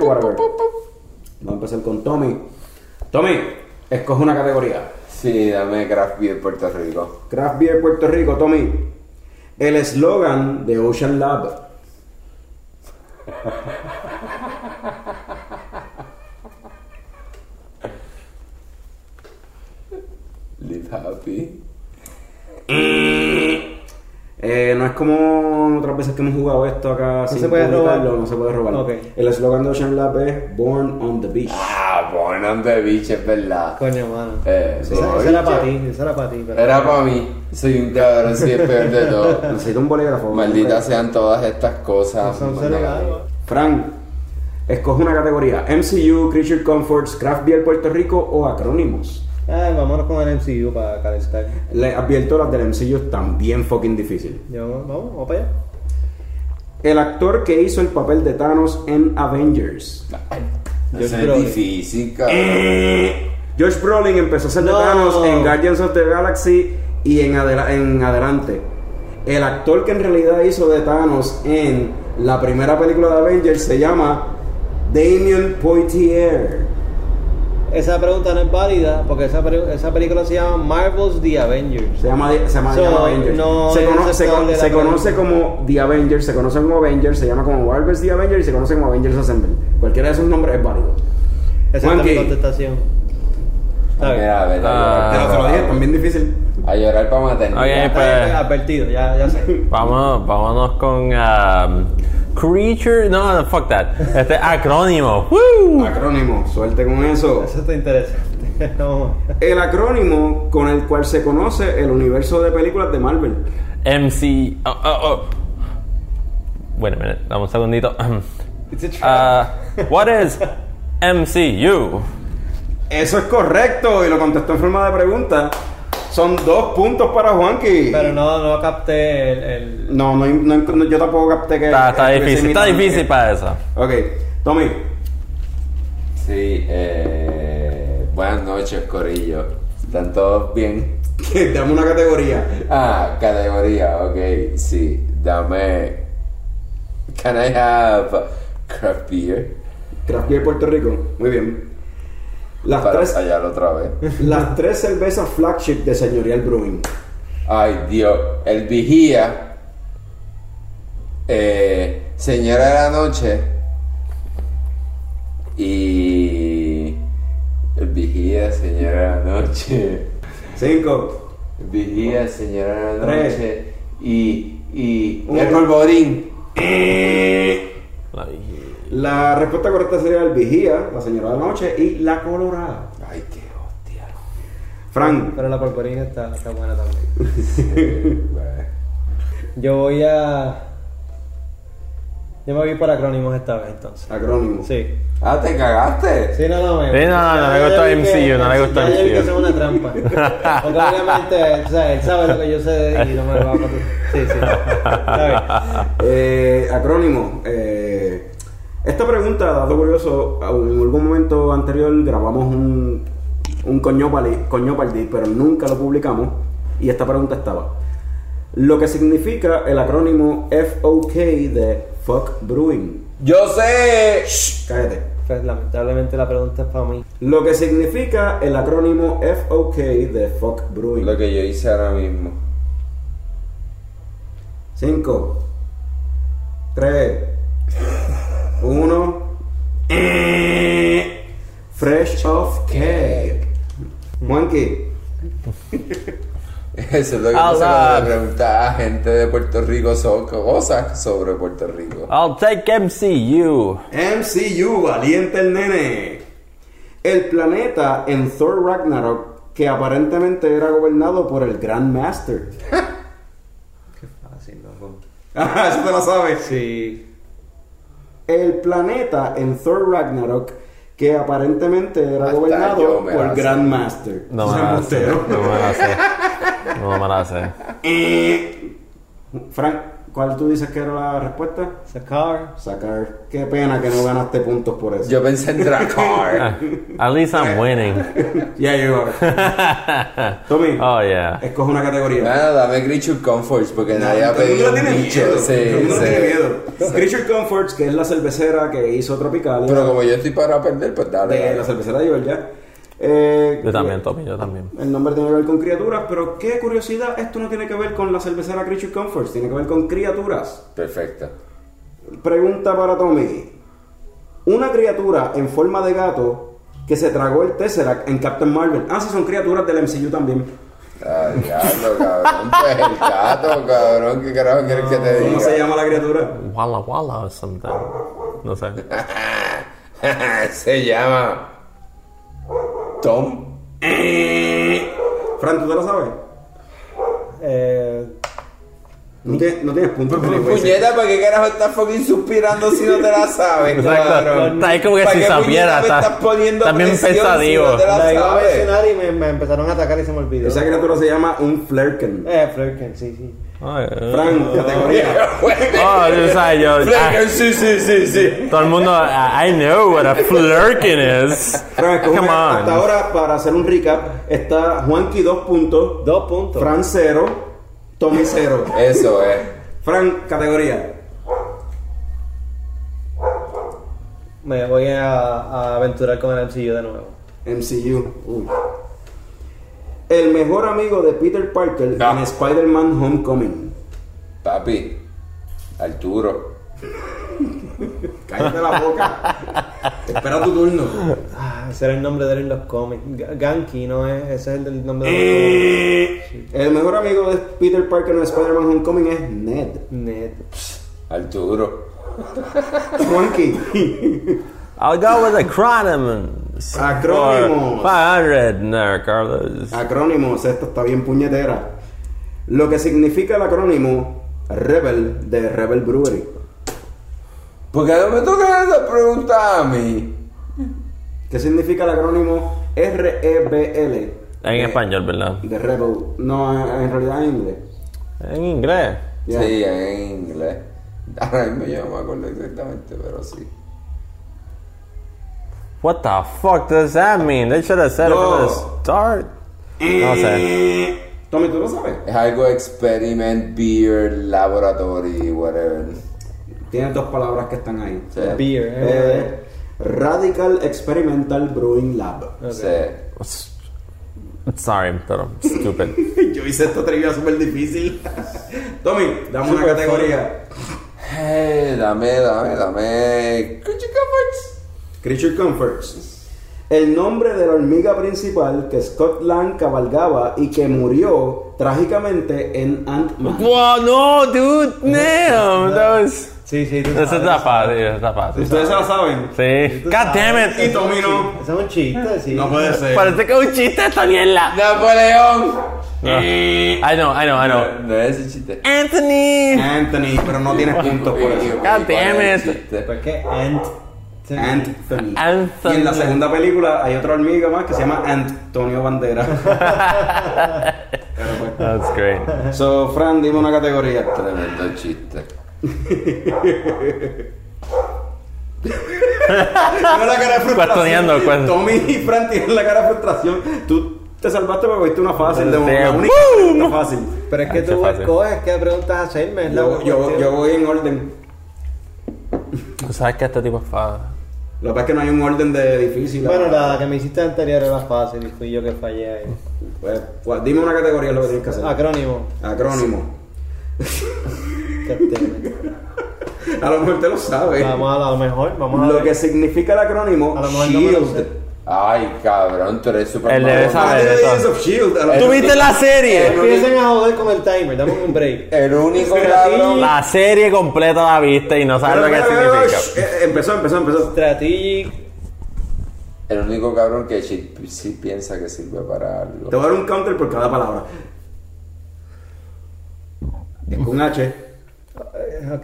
I: Whatever. Vamos a empezar con Tommy. Tommy, escoge una categoría.
D: Sí, dame Craft Beer Puerto Rico.
I: Craft Beer Puerto Rico, Tommy. El eslogan de Ocean Lab.
D: Live Happy.
I: Eh, no es como otras veces que hemos jugado esto acá. sin
L: se puede robar.
I: publicarlo, No se puede robar.
L: Ok.
I: El eslogan de Ocean Lab es Born on the Beach.
D: Ah, Born on the Beach, es verdad.
L: Coño, mano.
D: Eh,
L: Esa, esa era para ti, esa era para ti. pero-
D: Era para mí. Soy un cabrón, soy el peor de todo.
I: Necesito un bolígrafo.
D: Malditas sean todas estas cosas.
L: Son
D: Mano.
L: ceregados.
I: Frank, escoge una categoría: MCU, Creature Comforts, Craft Beer Puerto Rico o acrónimos.
L: Ay, vámonos con el MCU para calentar.
I: Les advierto, las del MCU están bien fucking difícil.
L: Ya, Vamos, vamos, vamos para allá.
I: El actor que hizo el papel de Thanos en Avengers.
D: Eso es
L: Brolin.
D: difícil, cabrón.
I: George Brolin empezó a ser de
L: No.
I: Thanos en Guardians of the Galaxy y en, adela- en adelante. El actor que en realidad hizo de Thanos en la primera película de Avengers se llama Damien Poitier.
L: esa pregunta no es válida porque esa, pre- esa película se llama Marvel's The Avengers.
I: Se llama, se llama
L: So,
I: The Avengers.
L: no
I: se
L: es
I: conoce, se,
L: aceptable
I: con-
L: la
I: se
L: pregunta.
I: conoce como The Avengers, se conoce como Avengers, se llama como Marvel's The Avengers y se conoce como Avengers Assemble. Cualquiera de esos nombres es válido.
L: Esa es
I: Juanqui.
L: mi contestación.
D: Mira, vete a llorar.
I: Pero te lo dije, también difícil.
D: A llorar para matar.
E: Ok, pues.
L: Advertido, ya, ya sé.
E: Vamos, vámonos con. um, creature. No, no, fuck that. Este acrónimo.
I: Acrónimo, suerte con eso.
L: Eso te interesa. No.
I: El acrónimo con el cual se conoce el universo de películas de Marvel.
E: MC. Oh, oh, oh. Wait a minute, dame un segundito. Uh, what is MCU?
I: Eso es correcto y lo contestó en forma de pregunta. Son dos puntos para Juanqui.
L: Pero no, no capté el. el-
I: No, no, no, no, yo tampoco capté que.
E: Está, está
I: que
E: difícil, está
I: imitan-
E: difícil para eso.
I: Ok, Tommy.
D: Sí, eh, buenas noches, Corillo. ¿Están todos bien?
I: Dame una categoría.
D: Ah, categoría, ok, sí. Dame. Can I have craft beer?
I: Craft beer Puerto Rico. Muy bien. Las
D: Para
I: tres-
D: fallar otra vez.
I: Las tres cervezas flagship de Señorial Brewing.
D: Ay, Dios. El vigía. eh, señora de la noche. Y. El vigía, señora de la noche.
I: Cinco.
D: Vigía, señora de la
I: Tres.
D: noche. Y. Y.
I: Uno.
D: El polvorín.
I: La respuesta correcta sería el vigía, la señora de la noche y la colorada. Ay, qué hostia. Frank.
L: Pero la porporina está, está buena también. Yo voy a. Yo me voy por acrónimos esta vez entonces.
I: Acrónimos.
L: Sí.
D: Ah, te cagaste.
L: Sí, no, no, me.
E: Sí, no, no, no
L: ya
E: me
L: yo
E: gustó
L: vi
E: MCU, no me
L: ya
E: gustó
L: yo vi que
E: MCU.
L: Eso es una trampa. Porque obviamente, o sea, él sabe lo que yo sé y no me lo va a contar. Sí, sí.
I: Eh, acrónimo. eh, esta pregunta, dato curioso, en algún momento anterior grabamos un, un coñopali- coñopaldi, pero nunca lo publicamos. Y esta pregunta estaba. Lo que significa el acrónimo FOK de Fuck Brewing.
D: Yo sé.
I: cállate.
L: Pues, lamentablemente la pregunta es para mí.
I: Lo que significa el acrónimo FOK de Fuck Brewing.
D: Lo que yo hice ahora mismo.
I: 5, 3, 1. eh, Fresh of cake. Monkey.
D: Eso es lo que pasa cuando le preguntas a gente de Puerto Rico so- cosas sobre Puerto Rico.
E: I'll take MCU.
I: MCU, valiente el nene. El planeta en Thor Ragnarok que aparentemente era gobernado por el Grand Master.
L: Así no.
I: Ah, eso te lo sabes.
L: Sí.
I: El planeta en Thor Ragnarok que aparentemente era
D: yo
I: gobernado
D: me
I: por
D: la sé.
I: Grandmaster.
E: No
I: Eso
E: me
I: es
E: la sé.
I: embustero.
E: No me la sé. No me la sé.
I: Eh, Frank, ¿cuál tú dices que era la respuesta?
L: Sacar.
I: Sacar. Qué pena que no ganaste puntos por eso.
D: Yo pensé en Dracar.
E: At least I'm winning.
I: Yeah, you are. Tommy,
E: Oh, yeah.
I: escoge una categoría.
D: Nada, dame Creature Comforts porque nadie ha
I: Todo el mundo
D: pedido
I: le tiene
D: mucho.
I: miedo.
D: Sí,
I: Todo el mundo
D: sí.
I: le tiene miedo. Creature Comforts, que es la cervecera que hizo Tropical eh,
D: Pero como yo estoy para perder, pues dale.
I: de
D: dale.
I: la cervecera de Georgia. Eh,
E: Yo también, Tommy, yo también.
I: El nombre tiene que ver con criaturas, pero qué curiosidad, esto no tiene que ver con la cervecera Creature Comforts, tiene que ver con criaturas.
D: Perfecto.
I: Pregunta para Tommy. Una criatura en forma de gato que se tragó el Tesseract en Captain Marvel. Ah, sí, son criaturas del MCU también.
D: Ah, diablo, cabrón. Pues el gato, cabrón. ¿Qué carajo quieres que te
I: ¿Cómo se
D: diga?
I: llama la criatura?
E: Walla Walla or something. No sé.
D: se llama. Tom.
I: Fran, ¿tú te la sabes?
L: Eh,
I: No, tiene- no tienes puntos. Felipe, sí.
D: Puñeta, ¿para qué carajo estás fucking suspirando si no te la sabes?
E: Exacto.
D: cabrón?
E: Está ahí como que
D: ¿Para
E: si
D: qué
E: sabiera.
D: puñeta me
E: Está,
D: estás poniendo
E: está bien
D: presión si no
E: pensativo.
D: te la
L: la iba a
D: sabes?
L: mencionar y me, me empezaron a atacar y se me olvidó.
I: Esa criatura se llama un Flerken.
L: Eh, Flurken, sí, sí.
E: Ay, eh.
L: Mm.
I: Fran, categoría.
E: Oh, yo sabes, yo.
D: Flaker,
E: ah,
D: sí, sí, sí, sí.
E: todo el mundo. I, I know what a flirkin is.
I: Fran, escoge
E: Come
I: una-
E: on.
I: hasta ahora, para hacer un recap, está Juanqui 2 puntos,
L: Dos puntos.
I: Fran 0, Tommy 0.
D: Eso es.
I: Fran, categoría.
L: Me voy a, a aventurar con el MCU de nuevo.
I: MCU. Uy. El mejor amigo de Peter Parker en
L: Ah.
I: Spider-Man Homecoming.
D: Papi, Arturo.
I: Cállate la boca. Espera tu turno.
L: Ah, ese era el nombre de él en los cómics. Ga- Ganky, ¿no es? Ese es el del nombre de
I: Eh, el mejor amigo de Peter Parker en Spider-Man Homecoming es Ned.
L: Ned.
D: Arturo.
I: Juanqui.
E: I'll go with acronyms.
I: Acrónimos.
E: For 500 there, Carlos.
I: Acrónimos, esta está bien puñetera. Lo que significa el acrónimo Rebel de Rebel Brewery.
D: ¿Por qué no me toca esa pregunta a mí?
I: ¿Qué significa el acrónimo R-E-B-L?
E: En
D: Eh.
E: español, ¿verdad?
I: De Rebel. No, en en realidad en inglés.
E: En inglés.
I: Yeah.
D: Sí, en inglés. Ahora mismo yo no me acuerdo exactamente, pero sí.
E: What the fuck does that mean? They should have said it from the start.
D: Eh,
E: No sé.
I: Eh, Tommy, ¿tú lo sabes?
D: Es algo experiment, beer, laboratory, whatever.
I: Tienes dos palabras que están ahí.
D: Sí.
L: Beer,
I: Eh, Radical Experimental Brewing Lab.
E: Sorry, pero stupid.
I: Yo hice esta trivia súper difícil. Tommy, dame una categoría.
D: Eh, dame, dame, dame.
I: Creature Comforts. El nombre de la hormiga principal que Scott Lang cabalgaba y que murió trágicamente en Ant-Man.
E: Wow, no, dude, damn, that was.
L: Sí, sí, tú
E: Eso está fácil, eso está fácil.
I: Ustedes se la saben.
E: Sí. God damn it.
I: Y Tommy no.
L: Ese es un chiste, sí.
I: No puede ser.
E: Parece que es un chiste esta mierda.
D: Napoleón.
E: No. I know, I know, I know.
D: Eh, No eh, es ese chiste.
E: Anthony.
I: Anthony, pero no tienes puntos por eso.
E: God damn it.
D: Chiste.
L: ¿Por qué Pues Ant?
I: Anthony. Y en la
E: Anthony.
I: segunda película hay otra hormiga más que se llama Antonio Bandera.
E: That's great.
I: So, Fran, dime una categoría.
D: Tremendo chiste.
I: Tiene la cara de frustración.
E: Cuestionando, cuest-
I: Tommy y Fran tienen la cara de frustración. Tú te salvaste porque viste una fácil de una
E: Damn.
I: única pregunta fácil.
L: Pero es que
E: Ah, ese
L: tú
E: fácil.
L: escoges qué preguntas hacerme. es la
I: Yo, yo,
L: cuestión.
I: yo voy en orden.
E: Tú sabes que este tipo es fa.
I: Lo que pasa es que no hay un orden de difícil.
L: Bueno, la que me hiciste anterior era fácil y fui yo que fallé ahí.
I: Pues, pues, dime una categoría es lo que tienes que hacer.
L: Acrónimo.
I: Acrónimo.
L: Que te-
I: A lo mejor te lo sabes.
L: Vamos a la- a lo mejor, vamos a
I: Eh, Lo
L: ver.
I: que significa el acrónimo
L: A lo mejor no me lo sé.
I: SHIELD.
D: Ay, cabrón, tú eres super
E: Él debe
I: Ah,
E: saber
I: tiene Agents
E: eso.
I: of Shield, a lo mejor-
E: ¿Tuviste la serie?
L: Empiecen a joder con el timer, dame un
I: Eh,
L: break.
D: El único cabrón.
E: La serie completa la viste y no sabes
I: Pero,
E: lo que
I: pero, pero,
E: significa.
I: shh, eh, Empezó, empezó, empezó.
L: Strategic.
D: El único cabrón que sí, sí piensa que sirve para algo.
I: Te voy a dar un counter por cada palabra. Es con H.
L: eh,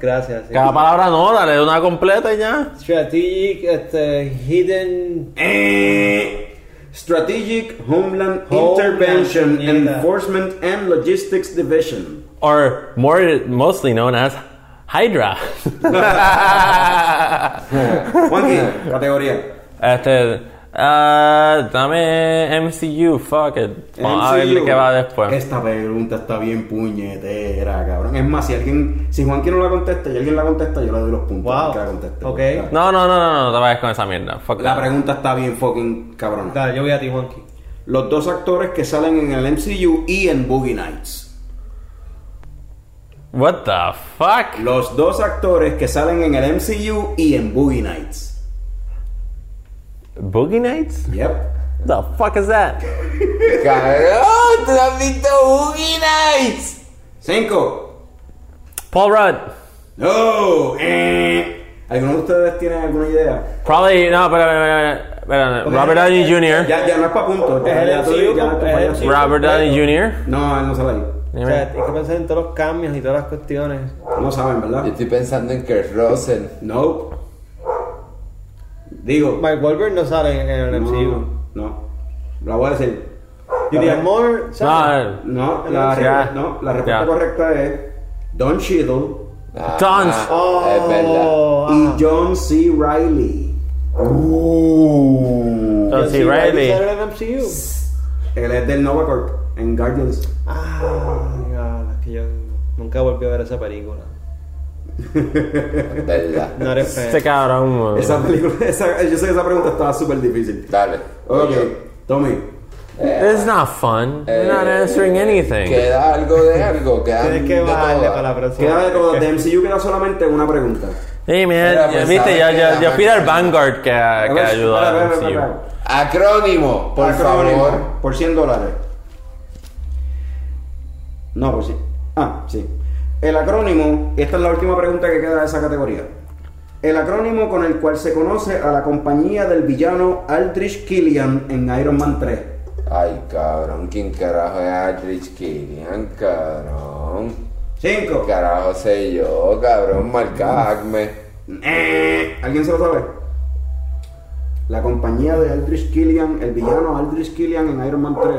L: Gracias. sí.
E: Cada palabra no, dale una completa y ya.
L: Strategic, este, Hidden.
E: Eh.
I: Strategic Homeland
L: Homeland,
I: Intervention
L: mierda.
I: Enforcement and Logistics Division.
E: Or more mostly known as Hydra.
I: Juanqui, categoría.
E: este. ah, dame MCU, fuck it. Vamos a ver
I: MCU.
E: qué va después.
I: Esta pregunta está bien puñetera, cabrón. Es más, si alguien, si Juanqui no la contesta y alguien la contesta, yo le doy los puntos.
L: Wow.
I: al que la conteste.
L: Ok.
I: Porque
E: No, no, no, no, no te vayas con esa mierda. Fuck
I: La
E: that.
I: pregunta está bien fucking cabrona.
L: Dale, yo voy a ti, Juanqui.
I: Los dos actores que salen en el MCU y en Boogie Nights.
E: What the fuck?
I: Los dos actores que salen en el MCU y en Boogie Nights.
E: Boogie Nights?
I: Yep.
E: The fuck is that?
D: ¡Cabrón! ¡Tú no has visto Boogie Nights!
I: Cinco.
E: Paul Rudd.
I: No. Eh. ¿Alguno de ustedes tiene alguna idea?
E: Probably no, pero, pero, pero, pero, Robert Downey Jr.
I: Ya, ya no es para punto. Ya,
L: Es
I: ya
L: el
I: tú-
L: MCU,
I: ya tú
L: es el
I: fallas.
L: MCU.
E: Robert Downey Jr.
I: No, él no sale ahí.
L: O sea, hay que pensar en todos los cambios y todas las cuestiones.
I: No saben, ¿verdad?
D: Yo estoy pensando en Kurt Russell.
I: No. Digo.
L: Mark Wahlberg no sale en el MCU.
I: No. no. La voy a decir.
L: Julian Moore sale.
E: No,
I: No, la,
E: Ya.
I: no, la respuesta
E: Ya.
I: correcta es Don Cheadle
D: Ah,
E: Tons.
D: ah,
I: Oh.
D: Es verdad.
I: y John C. Riley.
E: John C.
L: Riley
E: Reilly.
L: sale en el MCU.
I: Él es del Nova Corp en Guardians.
L: Ah, ya, la que yo nunca volví a ver esa película.
D: ¿Verdad?
I: No eres feo.
Q: Este cabrón, güey.
I: Esa película, esa- yo sé que esa pregunta estaba súper difícil.
D: Dale.
I: Ok, Tommy.
Q: It's not fun. You're not answering anything.
D: Eh, Queda algo de algo. Queda
I: Tienes que
D: de
I: bajarle
D: todo.
I: para la próxima. Queda como de MCU, queda solamente una pregunta.
Q: Sí,
D: Mira,
Q: mira, ya
D: pues,
Q: viste,
D: ¿sabes
Q: ya,
D: qué?
Q: ya,
D: La
Q: ya pide
D: máquina.
Q: al Vanguard que, que
D: ver,
Q: ayudó
D: espera,
Q: a
D: espera,
Q: MCU.
D: espera. Acrónimo,
I: Ah,
D: por
I: Acrónimo,
D: favor.
I: Por 100 dólares. No, por sí. Ah, sí. El acrónimo, esta es la última pregunta que queda de esa categoría. El acrónimo con el cual se conoce a la compañía del villano Aldrich Killian en Iron Man 3.
D: Ay, cabrón, ¿quién carajo es Aldrich Killian, cabrón?
I: Cinco.
D: Carajo sé yo, cabrón, marca Acme.
I: Eh, ¿Alguien se lo sabe? La compañía de Aldrich Killian, el villano Aldrich Killian en Iron Man 3.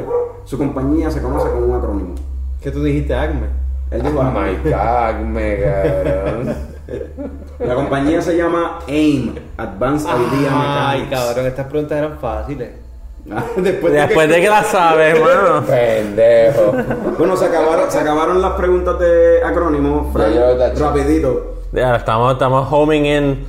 I: Su compañía se conoce con un acrónimo.
L: ¿Qué tú dijiste, Acme?
I: Él
L: Oh
I: dijo Acme.
D: Marca Acme, cabrón.
I: La compañía se llama AIM, Advanced Idea
L: Ay,
I: Mechanics.
L: cabrón, estas preguntas eran fáciles.
I: Después
Q: Después de que la sabes, mano.
D: Pendejo.
I: Bueno, se acabaron, se acabaron las preguntas de acrónimo, Frank.
Q: Ya yo lo taché.
I: rapidito.
Q: Ya, estamos, estamos homing in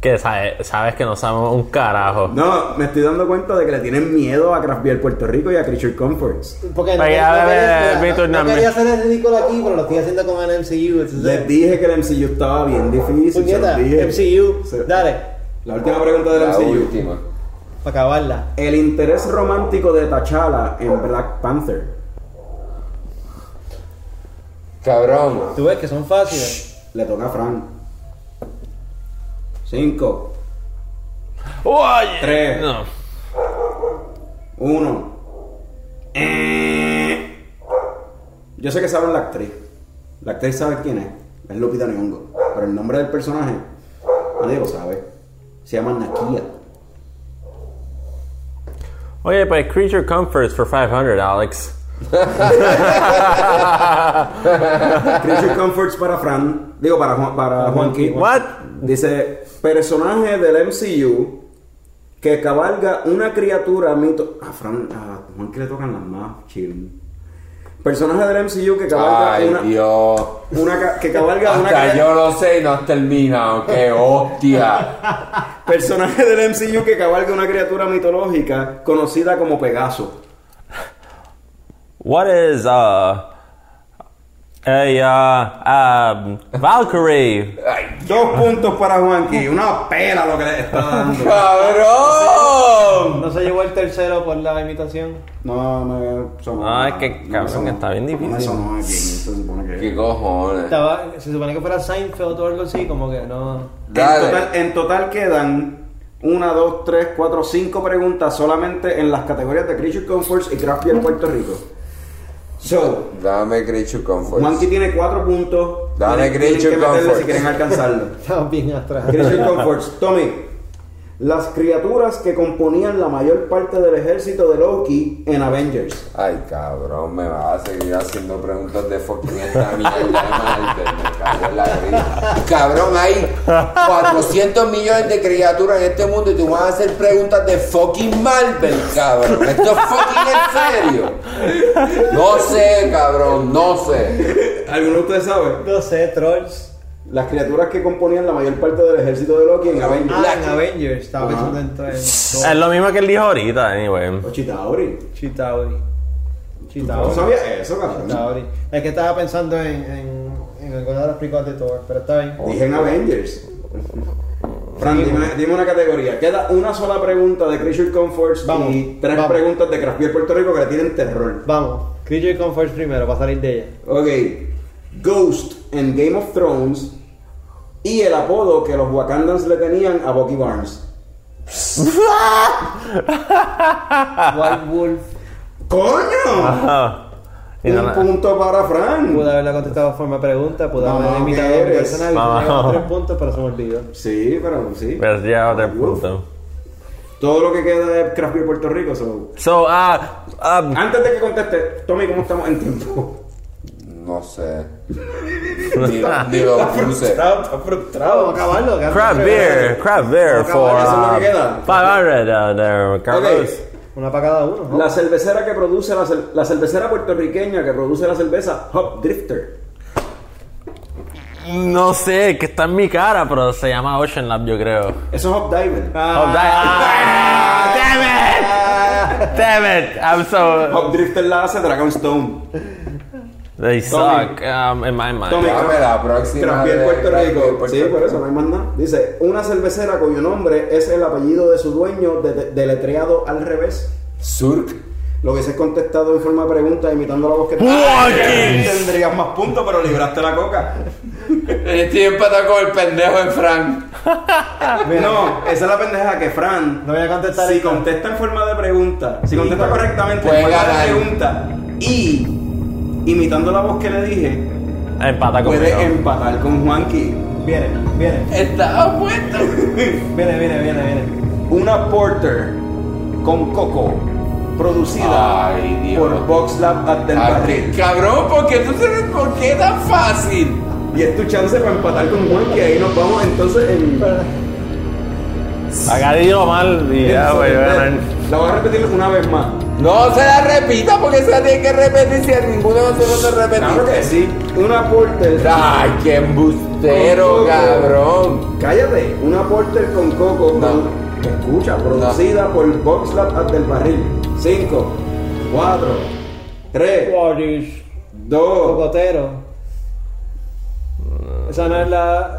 Q: que sabe- sabes que no sabemos un carajo.
I: No, me estoy dando cuenta de que le tienen miedo a Craft Beer Puerto Rico y a Creature Comforts.
L: Porque
Q: Oye,
L: quería-
Q: a ver,
L: quería-
Q: Víctor,
L: no
Q: no,
L: quería
Q: me-
L: hacer el ridículo aquí, pero lo estoy haciendo con el MCU. entonces-
I: Les dije que el MCU estaba bien difícil, se los
L: Puñeta,
I: dije.
L: MCU,
I: Se-
L: dale,
I: La última pregunta del
D: La
I: MCU.
D: última.
L: para acabarla.
I: El interés romántico de T'Challa en Black Panther.
D: Cabrón.
L: Tú ves que son fáciles.
I: Le toca a Frank. Cinco.
Q: Oye,
I: Tres.
Q: No.
I: Uno. Eh. Yo sé que saben la actriz. La actriz sabe quién es. Es Lupita Nyong'o. Pero el nombre del personaje, nadie lo sabe. Se llama Nakia.
Q: Oye, pues Creature Comforts for 500, Alex.
I: Creature Comforts para Fran. Digo, para Juan, para Juanqui.
Q: What?
I: Dice, personaje del MCU que cabalga una criatura mito... A Fran, a Juanqui le tocan las más chill. Personaje del MCU que cabalga
D: Ay,
I: una...
D: Dios.
I: una ca- que cabalga una...
D: Hasta
I: criatura
D: yo lo sé y no has terminado. ¡Qué hostia!
I: Personaje del MCU que cabalga una criatura mitológica conocida como Pegaso.
Q: What is uh a uh um Valkyrie?
I: Dos puntos para Juanqui. Una pela lo que le está dando.
D: ¡Cabrón!
L: No se llevó el tercero por la imitación.
I: No, me sonó.
Q: Ay, qué Ah, cabrón, está bien
I: No me
Q: difícil.
I: sonó bien. Esto se supone que.
D: ¿Qué cojones?
L: Estaba, se supone que fuera Seinfeld o algo así, como que no.
I: En
D: Dale.
I: total, en total quedan una, dos, tres, cuatro, cinco preguntas solamente en las categorías de Creature Comforts y Craft Beer Puerto Rico. So,
D: Dame Creature
I: Juanqui
D: Comfort.
I: tiene cuatro puntos.
D: Dale,
I: Tienen- tienen
D: Creature
I: que meterle
D: Comforts.
I: si quieren alcanzarlo.
L: Estaba bien atrás.
I: Creature Comforts. Tommy, las criaturas que componían la mayor parte del ejército de Loki en Avengers.
D: Ay, cabrón, me vas a seguir haciendo preguntas de fucking esta mierda de Marvel. Me cago en la vida. Cabrón, hay 400 millones de criaturas en este mundo y tú vas a hacer preguntas de fucking Marvel, cabrón. Esto es fucking en serio. No sé, cabrón, no sé.
I: ¿Alguno de ustedes sabe?
L: No sé, Trolls.
I: Las criaturas que componían la mayor parte del ejército de Loki en Avengers.
L: Ah, en Avengers. Estaba
I: Ajá.
L: pensando en Trolls.
Q: Es lo mismo que él dijo ahorita, anyway.
I: Los Oh, Chitauri.
L: Chitauri.
I: ¿No
L: Chitauri.
I: sabías eso, cabrón?
L: Chitauri. Es que estaba pensando en, en, en alguna de las películas de Thor, pero está bien.
I: Dije en Avengers. Fran, dime, dime una categoría. Queda una sola pregunta de Creature Comforts
L: Vamos,
I: y tres
L: vamos.
I: preguntas de Craft Beer Puerto Rico que le tienen terror.
L: Vamos, Creature Comforts primero, para salir de ella.
I: Ok. Ghost en Game of Thrones y el apodo que los Wakandans le tenían a Bucky Barnes.
L: White Wolf
I: ¡Coño!
Q: Ajá. Ah, Y no
I: Un
Q: la-
I: punto para Fran.
L: pude haberla contestado de forma de pregunta, pude
I: Mamá,
L: haber
I: ¿qué
L: imitado a mi
I: eres?
L: personaje y
Q: Mamá.
L: tenía tres puntos, pero se me olvidó.
I: Sí, pero sí.
Q: Pues ya otro punto.
I: Todo lo que queda de Craft Beer Puerto Rico. so.
Q: So, ah, um,
I: Antes de que conteste, Tommy, ¿cómo estamos en tiempo?
D: No sé. Ni, ni lo puse.
I: está frustrado.
L: Vamos a acabarlo, acabarlo.
Q: crab beer, crab beer for
I: Eso es lo
Q: uh,
I: que queda.
Q: 500 uh, there, Carlos.
L: Una para cada uno, ¿no?
I: La cervecera que produce la, cer- la cervecera puertorriqueña que produce la cerveza Hop Drifter.
E: No sé, que está en mi cara, pero se llama Ocean Lab, yo creo. Oh,
I: Eso es Hopdiver.
D: Ah.
I: Ah.
E: Ah. damn it! Damn it! I'm so.
I: Hopdrifter la hace Dragonstone. Tommy.
E: They suck, um, in my mind.
I: Tommy,
D: Dame la próxima
I: Traspié
D: de-
I: Puerto
D: Traspié,
I: Rico.
D: Puerto
I: Sí, por
D: Rico.
I: eso no hay más nada. Dice, una cervecera cuyo nombre es el apellido de su dueño de- de- deletreado al revés. Surk. Lo hubiese contestado en forma de pregunta imitando la voz que
D: Walkins.
I: Tendrías más puntos, pero libraste la coca.
D: Estoy empatado con el pendejo de Frank.
I: No, esa es la pendeja que Fran.
R: No voy a contestar
I: Si
R: esta.
I: contesta en forma de pregunta, si
R: Sí,
I: contesta
R: pero-
I: correctamente
R: Puede
I: en forma
R: ganar.
I: de pregunta y imitando la voz que le dije,
E: Empata
I: puede
E: conmigo.
I: empatar con Juanqui.
R: Viene, viene.
D: Estaba puesto.
R: Viene, viene, viene, viene.
I: Una Porter con coco producida por Box Lab at del Barril.
D: Cabrón, ¿por qué, tú sabes por qué tan fácil?
I: Y es tu chance para empatar con Juanqui. Ahí nos vamos entonces en. em-
E: Acá digo mal y ya, güey, voy a ganar.
I: La voy a repetir una vez más.
D: No se la repita porque se la tiene que repetir si a ninguno de nosotros se repetiste.
I: Claro que sí. Una Porter.
D: Ay, qué embustero,
I: Con coco.
D: cabrón.
I: Cállate. Una Porter con coco. produ- Escucha, producida por Box Lab at del Barril. 5, 4, 3, 2.
L: Cocotero. Esa no es la.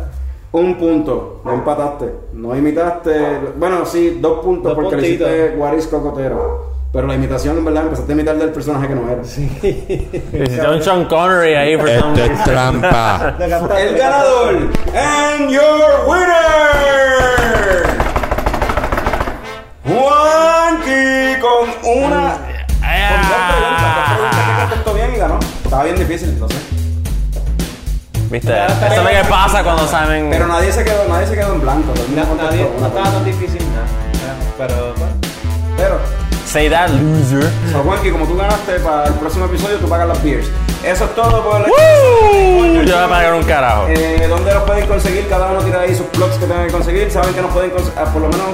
I: Un punto. No empataste. No imitaste. Bueno, sí, dos puntos
L: Dos
I: porque
L: puntitos.
I: le hiciste Guaris Cocotero. Pero la imitación, en verdad, empezaste a imitar del personaje que no era. Sí.
E: Hiciste un Sean Connery ahí, por some
I: Esto es
E: reason.
I: trampa. El ganador. And your winner. Juanqui con una. Con dos preguntas. Dos preguntas
E: Ah.
I: que contestó bien y ganó. Estaba bien difícil, entonces.
E: ¿Viste? Eso es lo que pasa cuando saben.
I: Pero nadie se quedó, nadie se quedó en blanco. Todo el mundo contestó
F: Nadie,
I: una
F: no estaba
I: pregunta.
F: tan difícil nada. Pero, bueno.
I: Pero.
E: Say that, loser.
I: So, Juanqui, como tú ganaste, para el próximo episodio tú pagas las beers. Eso es todo por el
E: ¡Woo! Yo voy a pagar un carajo.
I: Eh, ¿Dónde los pueden conseguir? Cada uno tira ahí sus blogs que tengan que conseguir. Saben que nos pueden conseguir, por lo menos,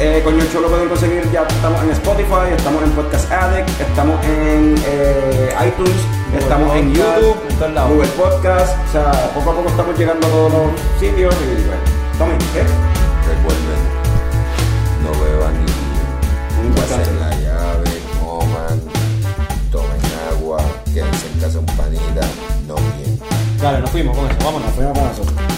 I: eh, con Yocho lo pueden conseguir. Ya estamos en Spotify, estamos en Podcast Addict, estamos en eh, iTunes, estamos en
R: Podcast,
I: YouTube,
R: en todos lados.
I: Google Podcast. O sea, poco a poco estamos llegando a todos los sitios. Y bueno, Tommy, ¿qué?
D: Recuerden, no beban ni pasen la llave, coman, tomen agua, quédense en casa un panita, no bien.
F: Dale, nos fuimos con eso, vámonos.
I: Nos fuimos con eso.